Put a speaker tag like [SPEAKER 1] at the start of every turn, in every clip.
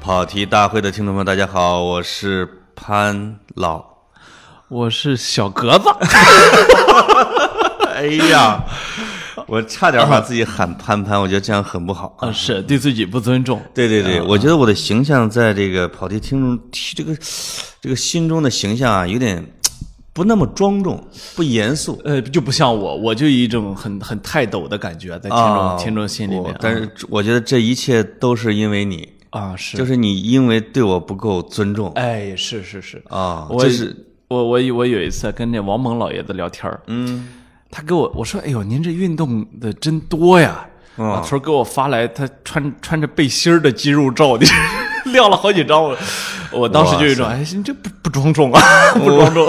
[SPEAKER 1] 跑题大会的听众朋友，大家好，我是潘老。
[SPEAKER 2] 我是小格 子，
[SPEAKER 1] 哎呀， 我差点把自己喊潘潘，我觉得这样很不好。
[SPEAKER 2] 啊，是对自己不尊重。
[SPEAKER 1] 对对
[SPEAKER 2] 啊
[SPEAKER 1] 对，我觉得我的形象在这个跑题听众听这个这个心中的形象啊，有点不那么庄重，不严肃
[SPEAKER 2] 呃，就不像我，我就一种很很泰斗的感觉，在听众、
[SPEAKER 1] 啊，
[SPEAKER 2] 听众心里
[SPEAKER 1] 我
[SPEAKER 2] 面。
[SPEAKER 1] 但是我觉得这一切都是因为你，
[SPEAKER 2] 啊，是，
[SPEAKER 1] 就是你因为对我不够尊重
[SPEAKER 2] 哎，是是是，
[SPEAKER 1] 啊，
[SPEAKER 2] 我
[SPEAKER 1] 这是
[SPEAKER 2] 我我有我有一次跟那王蒙老爷子聊天嗯，他给我我说，哎呦，您这运动的真多呀。
[SPEAKER 1] 哦
[SPEAKER 2] 老头儿给我发来他穿穿着背心儿的肌肉照，你 亮了好几张，我我当时就有一种，哎，你这不不庄重 啊，不庄重。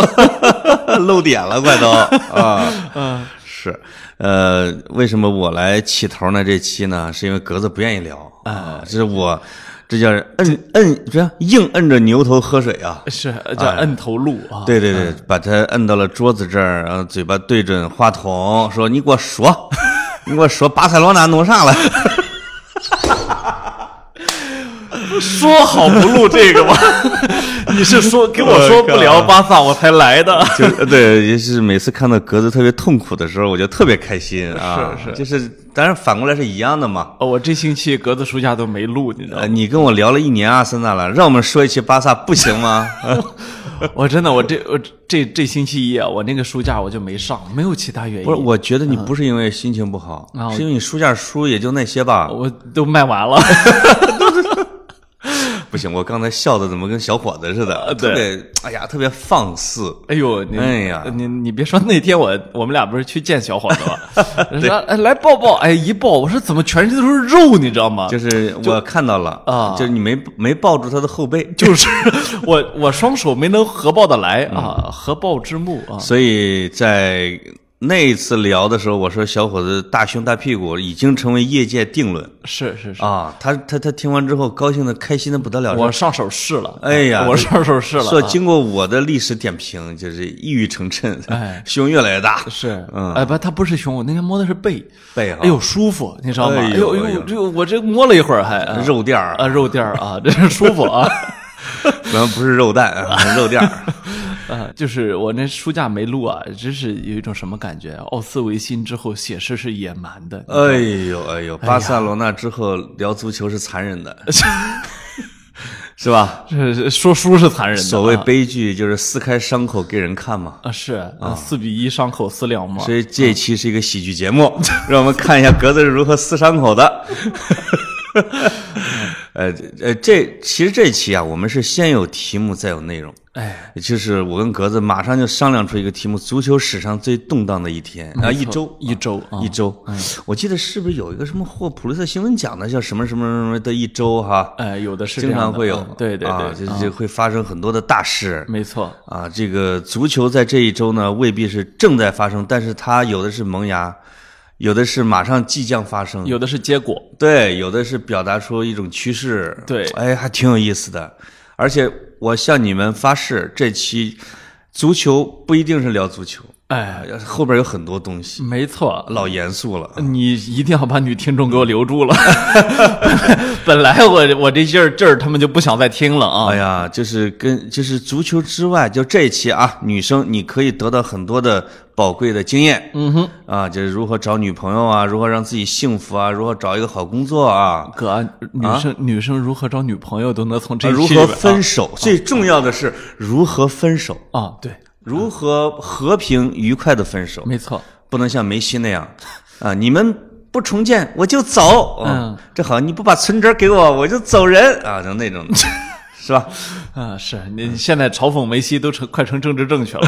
[SPEAKER 1] 露点了，快 都啊，
[SPEAKER 2] 嗯
[SPEAKER 1] 是，呃，为什么我来起头呢？这期呢，是因为格子不愿意聊
[SPEAKER 2] 哎
[SPEAKER 1] 啊，这是我，这叫摁摁，这样硬摁着牛头喝水啊。
[SPEAKER 2] 是叫摁头鹿啊，
[SPEAKER 1] 对对对，把他摁到了桌子这儿，然后嘴巴对准话筒说：“你给我 说，你给我说巴塞罗那弄啥了？
[SPEAKER 2] 说好不录这 个吗？你是说跟我说不聊巴萨我才来的？”
[SPEAKER 1] 就是对，也是每次看到格子特别痛苦的时候，我就特别开心啊。
[SPEAKER 2] 是是
[SPEAKER 1] 就是当然反过来是一样的嘛。
[SPEAKER 2] 哦，我这星期格子暑假都没录，你知道
[SPEAKER 1] 呃，
[SPEAKER 2] 吗？
[SPEAKER 1] 你跟我聊了一年阿森纳了，让我们说一期巴萨不行 吗？呃
[SPEAKER 2] 哎我真的，我这我这这星期一啊，我那个暑假我就没上，没有其他原因。
[SPEAKER 1] 不是，我觉得你不是因为心情不好，
[SPEAKER 2] 啊我
[SPEAKER 1] 是因为你书架书也就那些吧。
[SPEAKER 2] 我都卖完了。
[SPEAKER 1] 不行，我刚才笑的怎么跟小伙子似的，特
[SPEAKER 2] 呃对
[SPEAKER 1] 别哎呀，特别放肆。
[SPEAKER 2] 哎呦，你
[SPEAKER 1] 哎呀
[SPEAKER 2] 你你别说，那天我我们俩不是去见小伙子 吗？人家哎来抱抱，哎一抱，我说怎么全身都是肉，你知道吗？
[SPEAKER 1] 就是我看到了
[SPEAKER 2] 啊
[SPEAKER 1] 就是你没没抱住他的后背，
[SPEAKER 2] 就是我我双手没能合抱的来啊，合抱之木啊。
[SPEAKER 1] 所以在那一次聊的时候，我说小伙子大胸大屁股已经成为业界定论
[SPEAKER 2] 是是是，
[SPEAKER 1] 啊。他他他听完之后高兴的开心的不得了，
[SPEAKER 2] 我上手试了，
[SPEAKER 1] 哎呀
[SPEAKER 2] 我上手试了
[SPEAKER 1] 说
[SPEAKER 2] 啊，
[SPEAKER 1] 经过我的历史点评，就是一语成谶，
[SPEAKER 2] 哎
[SPEAKER 1] 胸越来越大，
[SPEAKER 2] 是，
[SPEAKER 1] 嗯
[SPEAKER 2] 哎不，他不是胸，我那天摸的是背，
[SPEAKER 1] 背哈
[SPEAKER 2] 哎呦舒服，你知道吗？
[SPEAKER 1] 哎
[SPEAKER 2] 哎
[SPEAKER 1] 呦
[SPEAKER 2] 呦
[SPEAKER 1] 哎呦
[SPEAKER 2] 呦，这我这摸了一会儿还啊
[SPEAKER 1] 肉垫儿
[SPEAKER 2] 啊肉垫儿啊，这是舒服啊
[SPEAKER 1] 咱们不是肉 蛋啊，肉垫儿。
[SPEAKER 2] 啊，就是我那书架没录啊，真是有一种什么感觉？啊哦奥斯维辛之后写诗是野蛮的，
[SPEAKER 1] 哎呦哎呦，巴塞罗那之后聊足球是残忍 的，是吧？
[SPEAKER 2] 这是说书是残忍的啊，
[SPEAKER 1] 所谓悲剧就是撕开伤口给人看嘛。
[SPEAKER 2] 啊是四比一伤口私了嘛
[SPEAKER 1] 所，以这一期是一个喜剧节
[SPEAKER 2] 啊
[SPEAKER 1] 目， 让我们看一下格子是如何撕伤口 的。呃呃，这其实这期啊，我们是先有题目再有内容。
[SPEAKER 2] 哎，
[SPEAKER 1] 就是我跟格子马上就商量出一个题目：足球史上最动荡的一天啊，一周
[SPEAKER 2] 嗯一周啊
[SPEAKER 1] 一周，我记得是不是有一个什么获普利策新闻奖的，叫什么什么什么的一周哈？
[SPEAKER 2] 哎有的是这
[SPEAKER 1] 经
[SPEAKER 2] 样
[SPEAKER 1] 常
[SPEAKER 2] 的
[SPEAKER 1] 会有
[SPEAKER 2] 啊，对对
[SPEAKER 1] 啊，
[SPEAKER 2] 对，嗯
[SPEAKER 1] 就就会发生很多的大事
[SPEAKER 2] 没错，
[SPEAKER 1] 啊。这个足球在这一周呢，未必是正在发生，但是它有的是萌芽，有的是马上即将发生，
[SPEAKER 2] 有的是结果。
[SPEAKER 1] 对，有的是表达出一种趋势，
[SPEAKER 2] 对
[SPEAKER 1] 哎，还挺有意思的。而且我向你们发誓，这期足球不一定是聊足球，
[SPEAKER 2] 哎，
[SPEAKER 1] 呃后边有很多东西，
[SPEAKER 2] 没错，
[SPEAKER 1] 老严肃了。
[SPEAKER 2] 你一定要把女听众给我留住了。 本来我我这劲儿劲儿，他们就不想再听了啊。
[SPEAKER 1] 哎呀，就是跟就是足球之外，就这一期啊，女生你可以得到很多的宝贵的经验，嗯哼，啊，就是如何找女朋友啊，如何让自己幸福啊，如何找一个好工作啊，
[SPEAKER 2] 哥，女生、女生如何找女朋友都能从这
[SPEAKER 1] 如
[SPEAKER 2] 期啊
[SPEAKER 1] 何
[SPEAKER 2] 里边
[SPEAKER 1] 分手，最重要的是如何分手。
[SPEAKER 2] 啊啊？对，
[SPEAKER 1] 如何和平愉快的分手，
[SPEAKER 2] 没错，
[SPEAKER 1] 不能像梅西那 样啊！你们不重建，我就走。
[SPEAKER 2] 嗯，
[SPEAKER 1] 这好，你不把存折给我，我就走人啊！就那种 的，是吧？
[SPEAKER 2] 啊，是你现在嘲讽梅西都成快成政治正确 了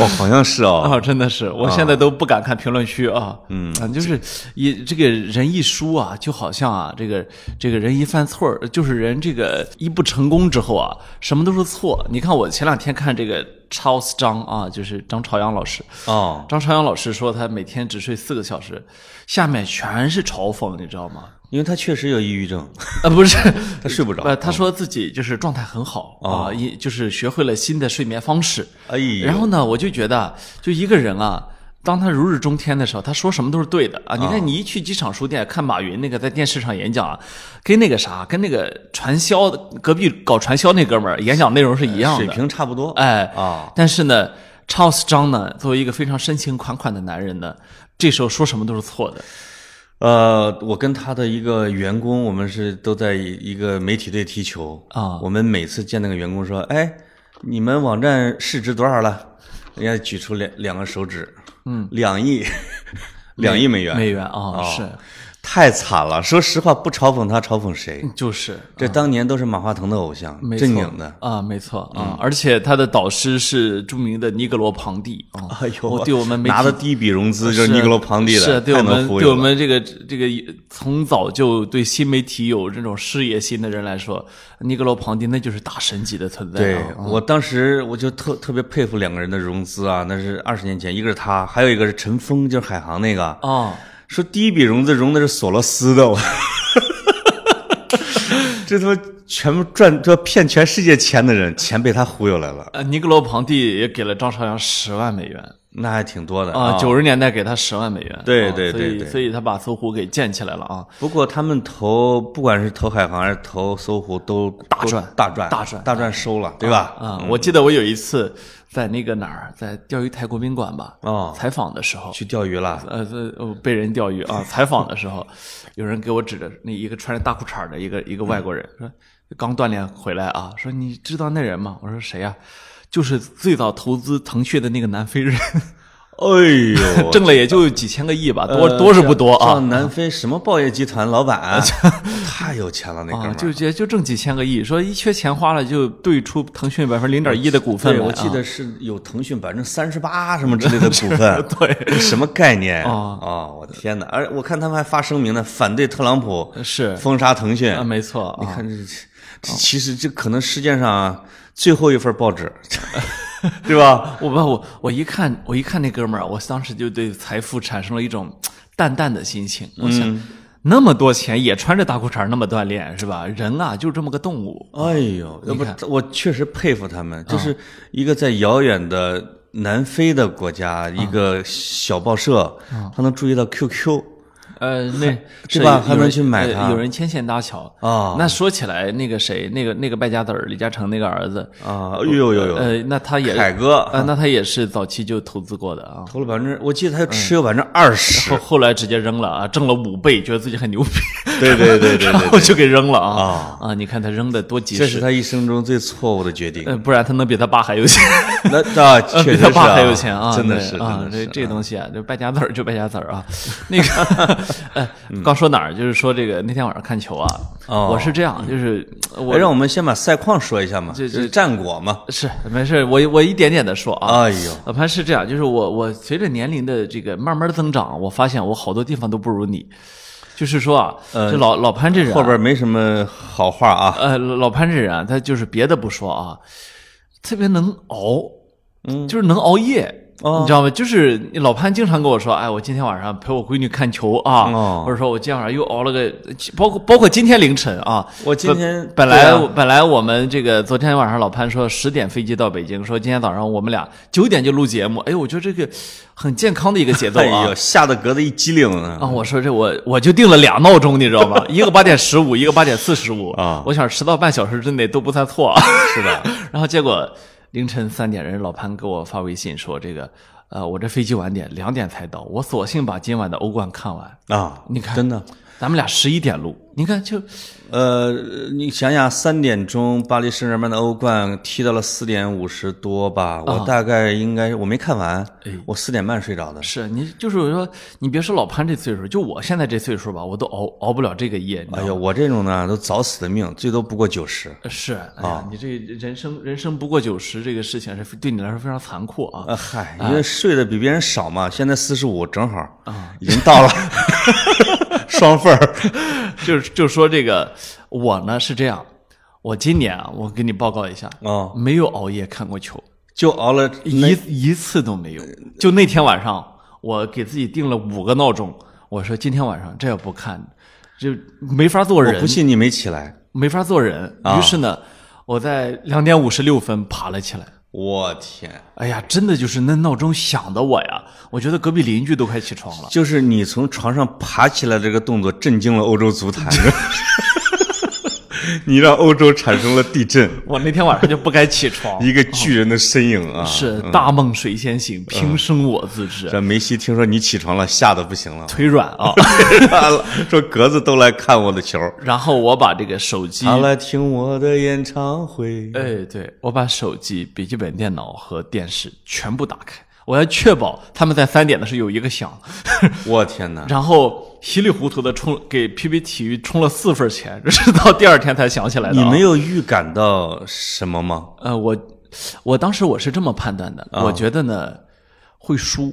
[SPEAKER 1] 哦，好像是哦。
[SPEAKER 2] 啊！真的是，我现在都不敢看评论区啊。嗯啊，就是一这个人一输啊，就好像啊，这个这个人一犯错儿，就是人这个一不成功之后啊，什么都是错。你看我前两天看这个 Charles 张啊，就是张朝阳老师，
[SPEAKER 1] 哦，
[SPEAKER 2] 张朝阳老师说他每天只睡四个小时，下面全是嘲讽，你知道 吗？
[SPEAKER 1] 因为他确实有抑郁症，
[SPEAKER 2] 啊，不是，
[SPEAKER 1] 他睡不着。哦
[SPEAKER 2] 呃，他说自己就是状态很好啊，一就是学会了新的睡眠方式。
[SPEAKER 1] 哎呦
[SPEAKER 2] 然后呢，我就觉得，就一个人啊，当他如日中天的时候，他说什么都是对的啊！你看，你一去机场书店看马云那个在电视上演讲啊，跟那个啥，跟那个传销的隔壁搞传销那哥们儿演讲内容是一样
[SPEAKER 1] 水
[SPEAKER 2] 的，
[SPEAKER 1] 平差不多。
[SPEAKER 2] 哎
[SPEAKER 1] 啊，
[SPEAKER 2] 但是呢，Charles 张呢，作为一个非常深情款款的男人呢，这时候说什么都是错的。
[SPEAKER 1] 呃，我跟他的一个员工，我们是都在一个媒体队踢球
[SPEAKER 2] 啊
[SPEAKER 1] 我们每次见那个员工说：“哎，你们网站市值多少了？”人家举出两两个手指，嗯，两 亿，两亿美元，哦
[SPEAKER 2] 美元啊、是
[SPEAKER 1] 太惨了。说实话，不嘲讽他，嘲讽谁？
[SPEAKER 2] 就是
[SPEAKER 1] 这当年都是马化腾的偶像，
[SPEAKER 2] 嗯没错
[SPEAKER 1] 正经的。嗯
[SPEAKER 2] 啊，没错啊、而且他的导师是著名的尼格罗庞蒂啊，
[SPEAKER 1] 哎呦，
[SPEAKER 2] 我对我们媒体
[SPEAKER 1] 拿的第一笔融资就是
[SPEAKER 2] 是
[SPEAKER 1] 尼格罗庞蒂的，
[SPEAKER 2] 是对我
[SPEAKER 1] 太能
[SPEAKER 2] 们
[SPEAKER 1] 忽
[SPEAKER 2] 对
[SPEAKER 1] 悠
[SPEAKER 2] 我
[SPEAKER 1] 了
[SPEAKER 2] 们这个这个从早就对新媒体有这种事业心的人来说，尼格罗庞蒂那就是大神级的存在、
[SPEAKER 1] 对
[SPEAKER 2] 啊。，
[SPEAKER 1] 我当时我就特特别佩服两个人的融资啊，那是二十年前，一个是他，还有一个是陈峰，就是海航那个。
[SPEAKER 2] 哦，
[SPEAKER 1] 说第一笔融资融的是索罗斯的， 我，这他妈全部赚，这骗全世界钱的人，钱被他忽悠来了，
[SPEAKER 2] 呃，尼格罗庞蒂也给了张朝阳十万美元
[SPEAKER 1] 那还挺多的
[SPEAKER 2] 啊，九十、年代给他十万美元，
[SPEAKER 1] 对
[SPEAKER 2] 啊
[SPEAKER 1] 对
[SPEAKER 2] 所
[SPEAKER 1] 对
[SPEAKER 2] 以
[SPEAKER 1] 对
[SPEAKER 2] 所以他把搜狐给建起来了啊，
[SPEAKER 1] 不过他们投，不管是投海航还是投搜狐，都大
[SPEAKER 2] 赚
[SPEAKER 1] 大赚、
[SPEAKER 2] 大赚
[SPEAKER 1] 大赚收了，对吧？
[SPEAKER 2] 啊，我记得我有一次在那个哪儿，在钓鱼台国宾馆吧，
[SPEAKER 1] 哦
[SPEAKER 2] 采访的时候，
[SPEAKER 1] 去钓鱼 了，
[SPEAKER 2] 呃，这呃被人钓鱼啊！采访的时候，有人给我指着那一个穿着大裤衩儿的一个一个外国人，说刚锻炼回来啊，说你知道那人吗？我说谁呀、就是最早投资腾讯的那个南非人，，
[SPEAKER 1] 哎呦
[SPEAKER 2] 挣了也就几千个亿
[SPEAKER 1] 呃
[SPEAKER 2] 吧，多多是不多
[SPEAKER 1] 上
[SPEAKER 2] 啊
[SPEAKER 1] 南非什么报业集团老板，太有钱了那哥们 儿。
[SPEAKER 2] 啊，就也就挣几千个亿，说一缺钱花了就兑出腾讯百分之零点一的股份
[SPEAKER 1] 对，
[SPEAKER 2] 来啊，
[SPEAKER 1] 我记得是有腾讯百分之三十八什么之类的股 份，对，什么概念啊？
[SPEAKER 2] 啊
[SPEAKER 1] 啊我的天哪！而我看他们还发声明呢，反对特朗普
[SPEAKER 2] 呃是
[SPEAKER 1] 封杀腾讯。
[SPEAKER 2] 啊，没错啊
[SPEAKER 1] 你。看这，这其实这可能世界上啊最后一份报 纸，对吧？
[SPEAKER 2] 我吧，我我一看，我一看那哥们儿，我当时就对财富产生了一种淡淡的心情。我想，那么多钱也穿着大裤衩儿那么锻炼是吧？人啊，就这么个动物。
[SPEAKER 1] 哎
[SPEAKER 2] 哦
[SPEAKER 1] 呦，要不我确实佩服他
[SPEAKER 2] 嗯
[SPEAKER 1] 们，就是一个在遥远的南非的国家，
[SPEAKER 2] 嗯
[SPEAKER 1] 一个小报社，他能注意到 QQ
[SPEAKER 2] 呃，那
[SPEAKER 1] 是吧
[SPEAKER 2] 有
[SPEAKER 1] 还能
[SPEAKER 2] 人
[SPEAKER 1] 去买
[SPEAKER 2] 呃
[SPEAKER 1] 它
[SPEAKER 2] 有人牵线搭桥
[SPEAKER 1] 啊
[SPEAKER 2] 那说起来，那个谁，那个那个败家子儿李嘉诚那个儿子，
[SPEAKER 1] 啊，哎呦呦呦，
[SPEAKER 2] 呃，那他也
[SPEAKER 1] 凯哥
[SPEAKER 2] 啊，那他也是早期就投资过的啊。
[SPEAKER 1] 投了百分之，我记得他持有百分之二十
[SPEAKER 2] 后。后来直接扔了啊，挣了五倍，觉得自己很牛逼，
[SPEAKER 1] 对对对对 对
[SPEAKER 2] 然后
[SPEAKER 1] 对，
[SPEAKER 2] 就给扔了啊啊！你看他扔的多及
[SPEAKER 1] 这
[SPEAKER 2] 时
[SPEAKER 1] 是，他一生中最错误的决定。
[SPEAKER 2] 呃，不然他能比他爸还有钱。呃
[SPEAKER 1] 那 那 确实
[SPEAKER 2] 比
[SPEAKER 1] 是
[SPEAKER 2] 嗯他
[SPEAKER 1] 啊
[SPEAKER 2] 爸还有钱 啊！
[SPEAKER 1] 真的
[SPEAKER 2] 对
[SPEAKER 1] 是，
[SPEAKER 2] 啊，
[SPEAKER 1] 真的
[SPEAKER 2] 这
[SPEAKER 1] 是嗯
[SPEAKER 2] 这东西啊，就败家子儿就败家 子儿啊。那个，哎，刚说哪儿？就是说这个那天晚上看球啊，
[SPEAKER 1] 嗯哦
[SPEAKER 2] 我是这样，就是我
[SPEAKER 1] 哎让我们先把赛况说一下嘛，
[SPEAKER 2] 这
[SPEAKER 1] 就
[SPEAKER 2] 这
[SPEAKER 1] 是战果嘛。
[SPEAKER 2] 是没事，我我一点点的说啊。
[SPEAKER 1] 哎呦，
[SPEAKER 2] 呃，潘是这样，就是我我随着年龄的这个慢慢增长，我发现我好多地方都不如你。就是说啊，这老老潘这人
[SPEAKER 1] 嗯
[SPEAKER 2] 啊
[SPEAKER 1] 后边没什么好话啊。
[SPEAKER 2] 呃，老潘这人啊，他就是别的不说啊，特别能熬，嗯，就是能熬夜，
[SPEAKER 1] 哦
[SPEAKER 2] 你知道吗？就是老潘经常跟我说，哎，我今天晚上陪我闺女看球啊，
[SPEAKER 1] 哦
[SPEAKER 2] 或者说我今天晚上又熬了个，包括包括今天凌晨啊。
[SPEAKER 1] 我今天
[SPEAKER 2] 本本来、
[SPEAKER 1] 对啊
[SPEAKER 2] 本来我们这个昨天晚上老潘说十点飞机到北京，说今天早上我们俩九点就录节目，哎呦，我觉得这个很健康的一个节奏啊。
[SPEAKER 1] 哎呦，吓得格子一激灵呢
[SPEAKER 2] 啊，。我说这我我就定了俩闹钟，你知道吗？一个八点十五，一个八点四十五
[SPEAKER 1] 啊
[SPEAKER 2] 我想迟到半小时之内都不算错。啊
[SPEAKER 1] 是的，
[SPEAKER 2] 然后结果凌晨三点，人老潘给我发微信说这个，呃，我这飞机晚点，两点才到，我索性把今晚的欧冠看完。
[SPEAKER 1] 啊，
[SPEAKER 2] 你看
[SPEAKER 1] 真的，
[SPEAKER 2] 咱们俩十一点录，你看就
[SPEAKER 1] 呃，你想想，三点钟巴黎圣日耳曼的欧冠踢到了四点五十多吧，我
[SPEAKER 2] 啊
[SPEAKER 1] 大概应该我没看完，我四点半睡着的。
[SPEAKER 2] 哎是你就是我说你别说老潘这岁数，就我现在这岁数吧，我都熬熬不了这个夜。你知道吗
[SPEAKER 1] 哎呦，我这种呢都早死的命，最多不过九十。
[SPEAKER 2] 是，
[SPEAKER 1] 啊
[SPEAKER 2] 哎呀，你这人生人生不过九十这个事情是对你来说非常残酷啊。
[SPEAKER 1] 啊，嗨，因为睡得比别人少嘛，现在四十五正好，
[SPEAKER 2] 啊
[SPEAKER 1] 已经到 了双份儿。
[SPEAKER 2] 就是就说这个，我呢是这样，我今年啊，我给你报告一下，
[SPEAKER 1] 哦
[SPEAKER 2] 没有熬夜看过球，
[SPEAKER 1] 就熬了
[SPEAKER 2] 一一次都没有。就那天晚上，我给自己定了五个闹钟，我说今天晚上这要不看，就没法做
[SPEAKER 1] 我
[SPEAKER 2] 人
[SPEAKER 1] 不，信你没起来，
[SPEAKER 2] 啊没法做人。于是呢，我在两点五十六分爬了起来。
[SPEAKER 1] 我天，
[SPEAKER 2] 哎呀，真的就是那闹钟响的我呀，我觉得隔壁邻居都快起床了。
[SPEAKER 1] 就是你从床上爬起来这个动作震惊了欧洲足坛， 你让欧洲产生了地震，
[SPEAKER 2] 我那天晚上就不该起床，
[SPEAKER 1] 一个巨人的身影啊！
[SPEAKER 2] 哦是大梦谁先醒，平生我自知，
[SPEAKER 1] 这梅西听说你起床了，吓得不行 了，
[SPEAKER 2] 腿软啊。
[SPEAKER 1] 说格子都来看我的球，
[SPEAKER 2] 然后我把这个手机，
[SPEAKER 1] 他来听我的演唱会。
[SPEAKER 2] 哎，对我把手机、笔记本电脑和电视全部打开，我要确保他们在三点的时候有一个响。
[SPEAKER 1] 我天哪！
[SPEAKER 2] 然后稀里糊涂的充给 PP 体育充了四份钱，这是到第二天才想起来的、啊。
[SPEAKER 1] 你没有预感到什么吗？
[SPEAKER 2] 呃，我我当时我是这么判断
[SPEAKER 1] 啊
[SPEAKER 2] 的，我觉得呢会输，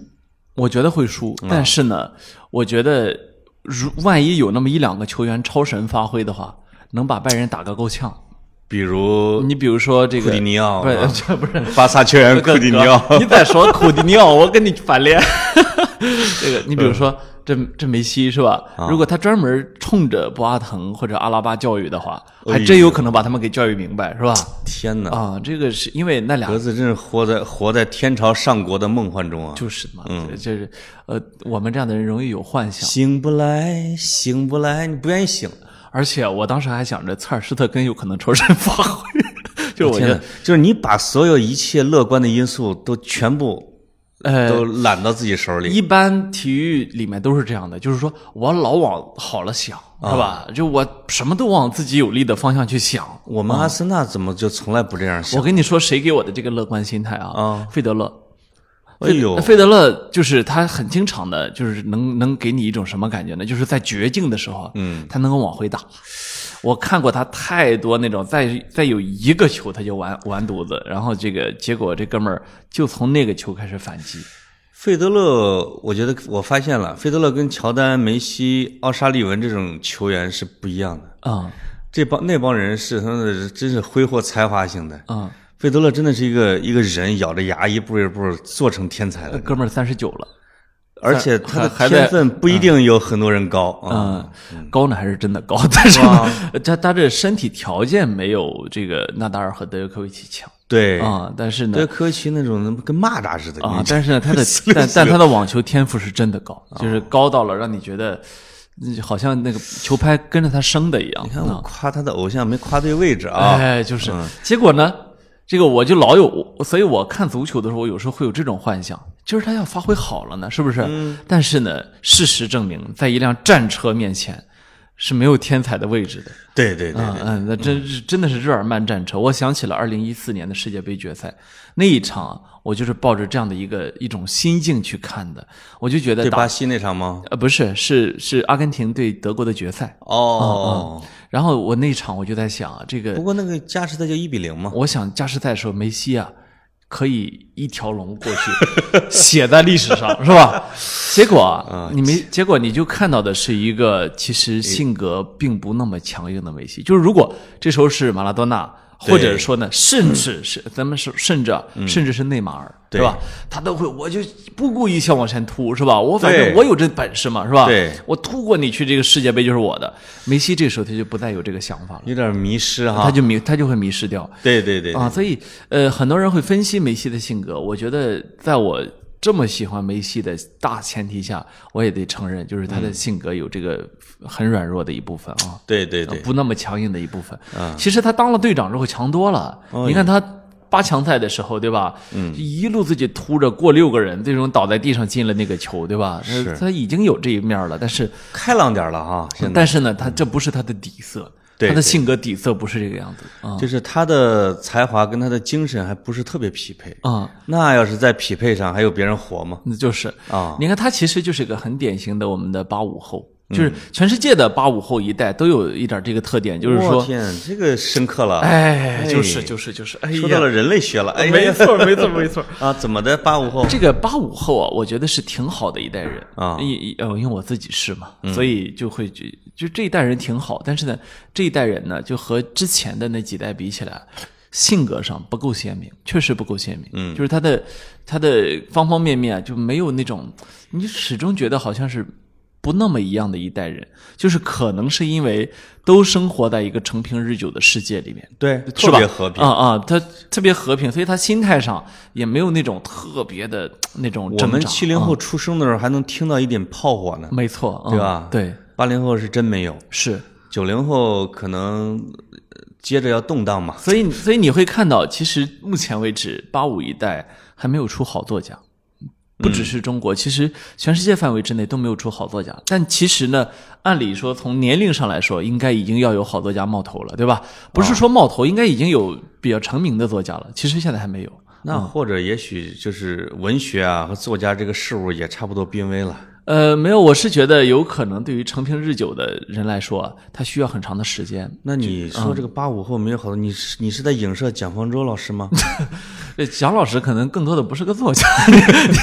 [SPEAKER 2] 我觉得会输，
[SPEAKER 1] 啊
[SPEAKER 2] 但是呢，我觉得如万一有那么一两个球员超神发挥的话，能把拜仁打个够呛。
[SPEAKER 1] 比如
[SPEAKER 2] 你比如说这个
[SPEAKER 1] 库蒂尼奥啊
[SPEAKER 2] 不是这不是
[SPEAKER 1] 巴萨球 员库蒂尼奥，
[SPEAKER 2] 你再说库蒂尼奥，我跟你反脸。 这个你比
[SPEAKER 1] 嗯
[SPEAKER 2] 如说这这梅西是吧？
[SPEAKER 1] 啊
[SPEAKER 2] 如果他专门冲着博阿滕或者阿拉巴教育的话，还
[SPEAKER 1] 哎
[SPEAKER 2] 真有可能把他们给教育明白是吧？
[SPEAKER 1] 天哪！
[SPEAKER 2] 啊，这个是因为那俩
[SPEAKER 1] 格子真是活在活在天朝上国的梦幻中啊！
[SPEAKER 2] 就是嘛，就是呃，我们这样的人容易有幻想。
[SPEAKER 1] 醒不来，醒不来，你不愿意醒。
[SPEAKER 2] 而且我当时还想着，策尔施特根有可能超神发挥， 就是我觉得，
[SPEAKER 1] 就是你把所有一切乐观的因素都全部，
[SPEAKER 2] 呃，
[SPEAKER 1] 都揽到自己手里。
[SPEAKER 2] 一般体育里面都是这样的，就是说我老往好了想，是吧？就我什么都往自己有利的方向去想。
[SPEAKER 1] 我们阿森纳怎么就从来不这样想？
[SPEAKER 2] 我跟你说，谁给我的这个乐观心态啊？
[SPEAKER 1] 啊，
[SPEAKER 2] 费德勒。
[SPEAKER 1] 哎呦，
[SPEAKER 2] 费德勒就是他很经常的，就是能能给你一种什么感觉呢？就是在绝境的时候，
[SPEAKER 1] 嗯，
[SPEAKER 2] 他能够往回打。我看过他太多那种，再再有一个球他就完完犊子，然后这个结果这哥们儿就从那个球开始反击。
[SPEAKER 1] 费德勒，我觉得我发现了，费德勒跟乔丹、梅西、奥沙利文这种球员是不一样的。
[SPEAKER 2] 啊
[SPEAKER 1] 这帮那帮人是他妈的真是挥霍才华型的。
[SPEAKER 2] 啊，
[SPEAKER 1] 费德勒真的是一个一个人咬着牙一步一步做成天才的，
[SPEAKER 2] 哥们儿三十九了，
[SPEAKER 1] 而且他
[SPEAKER 2] 呃还
[SPEAKER 1] 的
[SPEAKER 2] 在
[SPEAKER 1] 天分不一定有很多人高啊。
[SPEAKER 2] 嗯，高呢还是真的高，但是呢，他他这身体条件没有这个纳达尔和德约科维奇强
[SPEAKER 1] 对，
[SPEAKER 2] 啊，但是呢
[SPEAKER 1] 德约，科维奇那种跟蚂蚱似的
[SPEAKER 2] 啊，
[SPEAKER 1] 你
[SPEAKER 2] 但是呢，他的但但他的网球天赋是真的高，
[SPEAKER 1] 啊
[SPEAKER 2] 就是高到了让你觉得，嗯好像那个球拍跟着他生的一样。
[SPEAKER 1] 看我夸他的偶像没夸对位置啊。
[SPEAKER 2] 哎，就是，结果呢，这个我就老有，所以我看足球的时候，我有时候会有这种幻想，就是他要发挥好了呢，是不是？
[SPEAKER 1] 嗯
[SPEAKER 2] 但是呢，事实证明，在一辆战车面前是没有天才的位置的。
[SPEAKER 1] 对对对
[SPEAKER 2] 嗯嗯，那真是真的是日耳曼战车。我想起了二零一四年的世界杯决赛那一场啊，我就是抱着这样的一个一种心境去看的，我就觉得
[SPEAKER 1] 对
[SPEAKER 2] 打
[SPEAKER 1] 巴西那场吗？
[SPEAKER 2] 呃不是是是阿根廷对德国的决赛，
[SPEAKER 1] 哦，
[SPEAKER 2] 然后我那一场我就在想啊，这个
[SPEAKER 1] 不过那个加时赛就一比零嘛。
[SPEAKER 2] 我想加时赛的时候，梅西啊，可以一条龙过去， 写在历史上，是吧？结果啊，你没结果，你就看到的是一个其实性格并不那么强硬的梅西。就是如果这时候是马拉多纳，或者说呢，甚至是咱们是甚至啊甚至是内马尔，
[SPEAKER 1] 嗯对
[SPEAKER 2] 是吧？他都会，我就不故意向往前突，是吧？我反正
[SPEAKER 1] 对
[SPEAKER 2] 我有这本事嘛，是吧？
[SPEAKER 1] 对
[SPEAKER 2] 我突过你去，这个世界杯就是我的。梅西这时候他就不再有这个想法了，
[SPEAKER 1] 有点迷失
[SPEAKER 2] 他
[SPEAKER 1] 哈。
[SPEAKER 2] 就迷，他就会迷失掉。
[SPEAKER 1] 对对对，
[SPEAKER 2] 啊，所以呃，很多人会分析梅西的性格。我觉得，在我这么喜欢梅西的大前提下，我也得承认，就是他的性格有这个很软弱的一部分啊，
[SPEAKER 1] 对对对，啊
[SPEAKER 2] 不那么强硬的一部分。其实他当了队长之后强多了。
[SPEAKER 1] 哦
[SPEAKER 2] 你看他八强赛的时候，对吧？嗯，一路自己突着过六个人，最终倒在地上进了那个球，对吧？
[SPEAKER 1] 是
[SPEAKER 2] 他已经有这一面了，但是
[SPEAKER 1] 开朗点了哈。现在
[SPEAKER 2] 但是呢，他这不是他的底色。
[SPEAKER 1] 对
[SPEAKER 2] 他的
[SPEAKER 1] 对
[SPEAKER 2] 性格底色不是这个样子啊
[SPEAKER 1] 就是他的才华跟他的精神还不是特别匹配。
[SPEAKER 2] 啊！
[SPEAKER 1] 那要是在匹配上，还有别人活吗？
[SPEAKER 2] 那就是
[SPEAKER 1] 啊嗯
[SPEAKER 2] 你看他其实就是个很典型的我们的八五后，就是全世界的八五后一代都有一点这个特点，就是
[SPEAKER 1] 我
[SPEAKER 2] 说，
[SPEAKER 1] 天，这个深刻了。
[SPEAKER 2] 哎，
[SPEAKER 1] 哎
[SPEAKER 2] 就是就是就是，哎
[SPEAKER 1] 说到
[SPEAKER 2] 呀，
[SPEAKER 1] 了人类学了。哎呀，
[SPEAKER 2] 没错没错没错。
[SPEAKER 1] 啊，怎么的？八五后
[SPEAKER 2] 这个八五后啊，我觉得是挺好的一代人
[SPEAKER 1] 啊
[SPEAKER 2] 因呃，因为我自己是嘛，所以就会觉就这一代人挺好，但是呢，这一代人呢，就和之前的那几代比起来，性格上不够鲜明，确实不够鲜明。嗯，就是他的他的方方面面啊就没有那种，你始终觉得好像是不那么一样的一代人，就是可能是因为都生活在一个成平日久的世界里面，
[SPEAKER 1] 对，
[SPEAKER 2] 是
[SPEAKER 1] 特
[SPEAKER 2] 吧
[SPEAKER 1] 别和平
[SPEAKER 2] 啊。啊、他特别和平，所以他心态上也没有那种特别的那种挣
[SPEAKER 1] 我
[SPEAKER 2] 扎。
[SPEAKER 1] 们七零
[SPEAKER 2] 嗯
[SPEAKER 1] 后出生的时候还能听到一点炮火呢，
[SPEAKER 2] 没错，嗯
[SPEAKER 1] 对吧
[SPEAKER 2] 对，
[SPEAKER 1] 八零后是真没有，
[SPEAKER 2] 是。
[SPEAKER 1] 九零后可能呃接着要动荡嘛。
[SPEAKER 2] 所以，所以你会看到，其实目前为止，八五一代还没有出好作家，不
[SPEAKER 1] 嗯
[SPEAKER 2] 只是中国，其实全世界范围之内都没有出好作家。但其实呢，按理说从年龄上来说，应该已经要有好作家冒头了，对吧？不
[SPEAKER 1] 啊
[SPEAKER 2] 是说冒头，应该已经有比较成名的作家了。其实现在还没有。
[SPEAKER 1] 那
[SPEAKER 2] 嗯
[SPEAKER 1] 或者也许就是文学啊和作家这个事物也差不多濒危了。
[SPEAKER 2] 呃，没有，我是觉得有可能对于成平日久的人来说啊，他需要很长的时间。
[SPEAKER 1] 那你
[SPEAKER 2] 嗯
[SPEAKER 1] 说这个八五后没有好多，你是你是在影射蒋方舟老师吗？
[SPEAKER 2] 这蒋老师可能更多的不是个作家， 你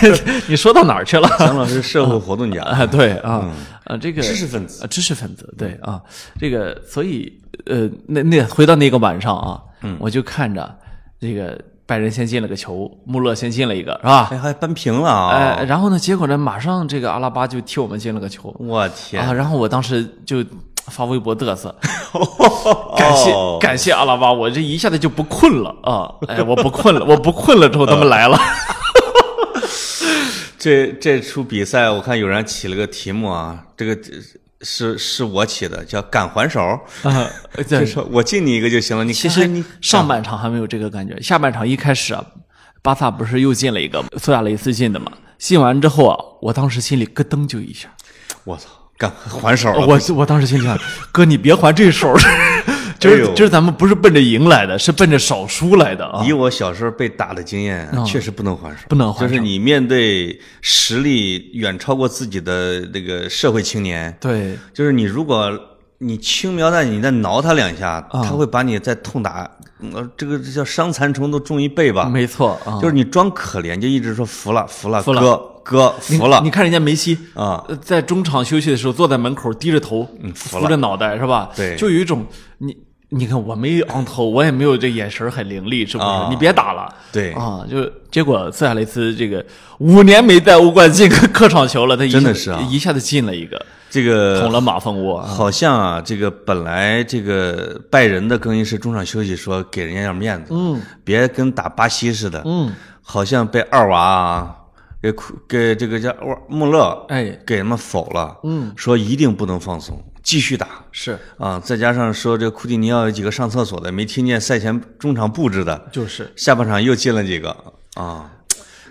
[SPEAKER 2] 你你说到哪儿去了？
[SPEAKER 1] 蒋老师是社会活动家，
[SPEAKER 2] 啊，对啊，啊，这个
[SPEAKER 1] 嗯知识分子嗯
[SPEAKER 2] 啊，知识分子，对啊，这个，所以呃，那那回到那个晚上啊，
[SPEAKER 1] 嗯
[SPEAKER 2] 我就看着这个拜仁先进了个球，穆勒先进了一个，是吧？
[SPEAKER 1] 哎，还扳平了啊！
[SPEAKER 2] 哎，然后呢，结果呢，马上这个阿拉巴就替我们进了个球
[SPEAKER 1] 我天，
[SPEAKER 2] 啊，然后我当时就发微博嘚 瑟，感谢
[SPEAKER 1] 哦
[SPEAKER 2] 感谢阿拉巴，我这一下子就不困了啊，哎，我不困了，我不困了之后他们来了，
[SPEAKER 1] 这这出比赛，我看有人起了个题目啊，这个这是是我起的，叫“敢还手
[SPEAKER 2] 啊，”，
[SPEAKER 1] 嗯 就
[SPEAKER 2] 对。
[SPEAKER 1] 说我敬你一个就行了。你
[SPEAKER 2] 其
[SPEAKER 1] 看
[SPEAKER 2] 实
[SPEAKER 1] 看你
[SPEAKER 2] 上半场还没有这个感觉，下半场一开始啊，巴萨不是又进了一个苏亚雷斯进的嘛？进完之后啊，我当时心里咯噔就一下，
[SPEAKER 1] 我操，敢还手了！
[SPEAKER 2] 呃我我当时心里想，哥你别还这手， 就是
[SPEAKER 1] 哎呦
[SPEAKER 2] 就是咱们不是奔着赢来的，是奔着少输来的啊。
[SPEAKER 1] 以我小时候被打的经验啊，确实不能还手，
[SPEAKER 2] 不能还手
[SPEAKER 1] 就是你面对实力远超过自己的那个社会青年，
[SPEAKER 2] 对，
[SPEAKER 1] 就是你如果你轻描淡你再挠他两下，
[SPEAKER 2] 啊
[SPEAKER 1] 他会把你再痛打，呃，这个这叫伤残程度重一倍吧？
[SPEAKER 2] 没错啊。
[SPEAKER 1] 就是你装可怜，就一直说服了，服了，
[SPEAKER 2] 服了
[SPEAKER 1] 哥哥服了
[SPEAKER 2] 你看人家梅西
[SPEAKER 1] 啊，嗯
[SPEAKER 2] 呃在中场休息的时候坐在门口低着头，
[SPEAKER 1] 服
[SPEAKER 2] 扶着脑袋是吧？
[SPEAKER 1] 对
[SPEAKER 2] 就有一种你你看我没昂头，我也没有这眼神很凌厉，是不是？
[SPEAKER 1] 啊
[SPEAKER 2] 你别打了。
[SPEAKER 1] 对
[SPEAKER 2] 啊，就结果苏亚雷斯这个五年没在欧冠进个客场球了，他一下
[SPEAKER 1] 真的是啊呃
[SPEAKER 2] 一下子进了一个，
[SPEAKER 1] 这个
[SPEAKER 2] 捅了马蜂窝啊。
[SPEAKER 1] 好像啊，这个本来这个拜仁的更衣室中场休息说给人家点面子，嗯，别跟打巴西似的，嗯，好像被二娃啊给库给这个叫穆勒
[SPEAKER 2] 哎
[SPEAKER 1] 给他们否了，嗯，说一定不能放松，继续打。
[SPEAKER 2] 是，
[SPEAKER 1] 啊，再加上说这库蒂尼奥有几个上厕所的，没听见赛前中场布置的，
[SPEAKER 2] 就是
[SPEAKER 1] 下半场又进了几个啊，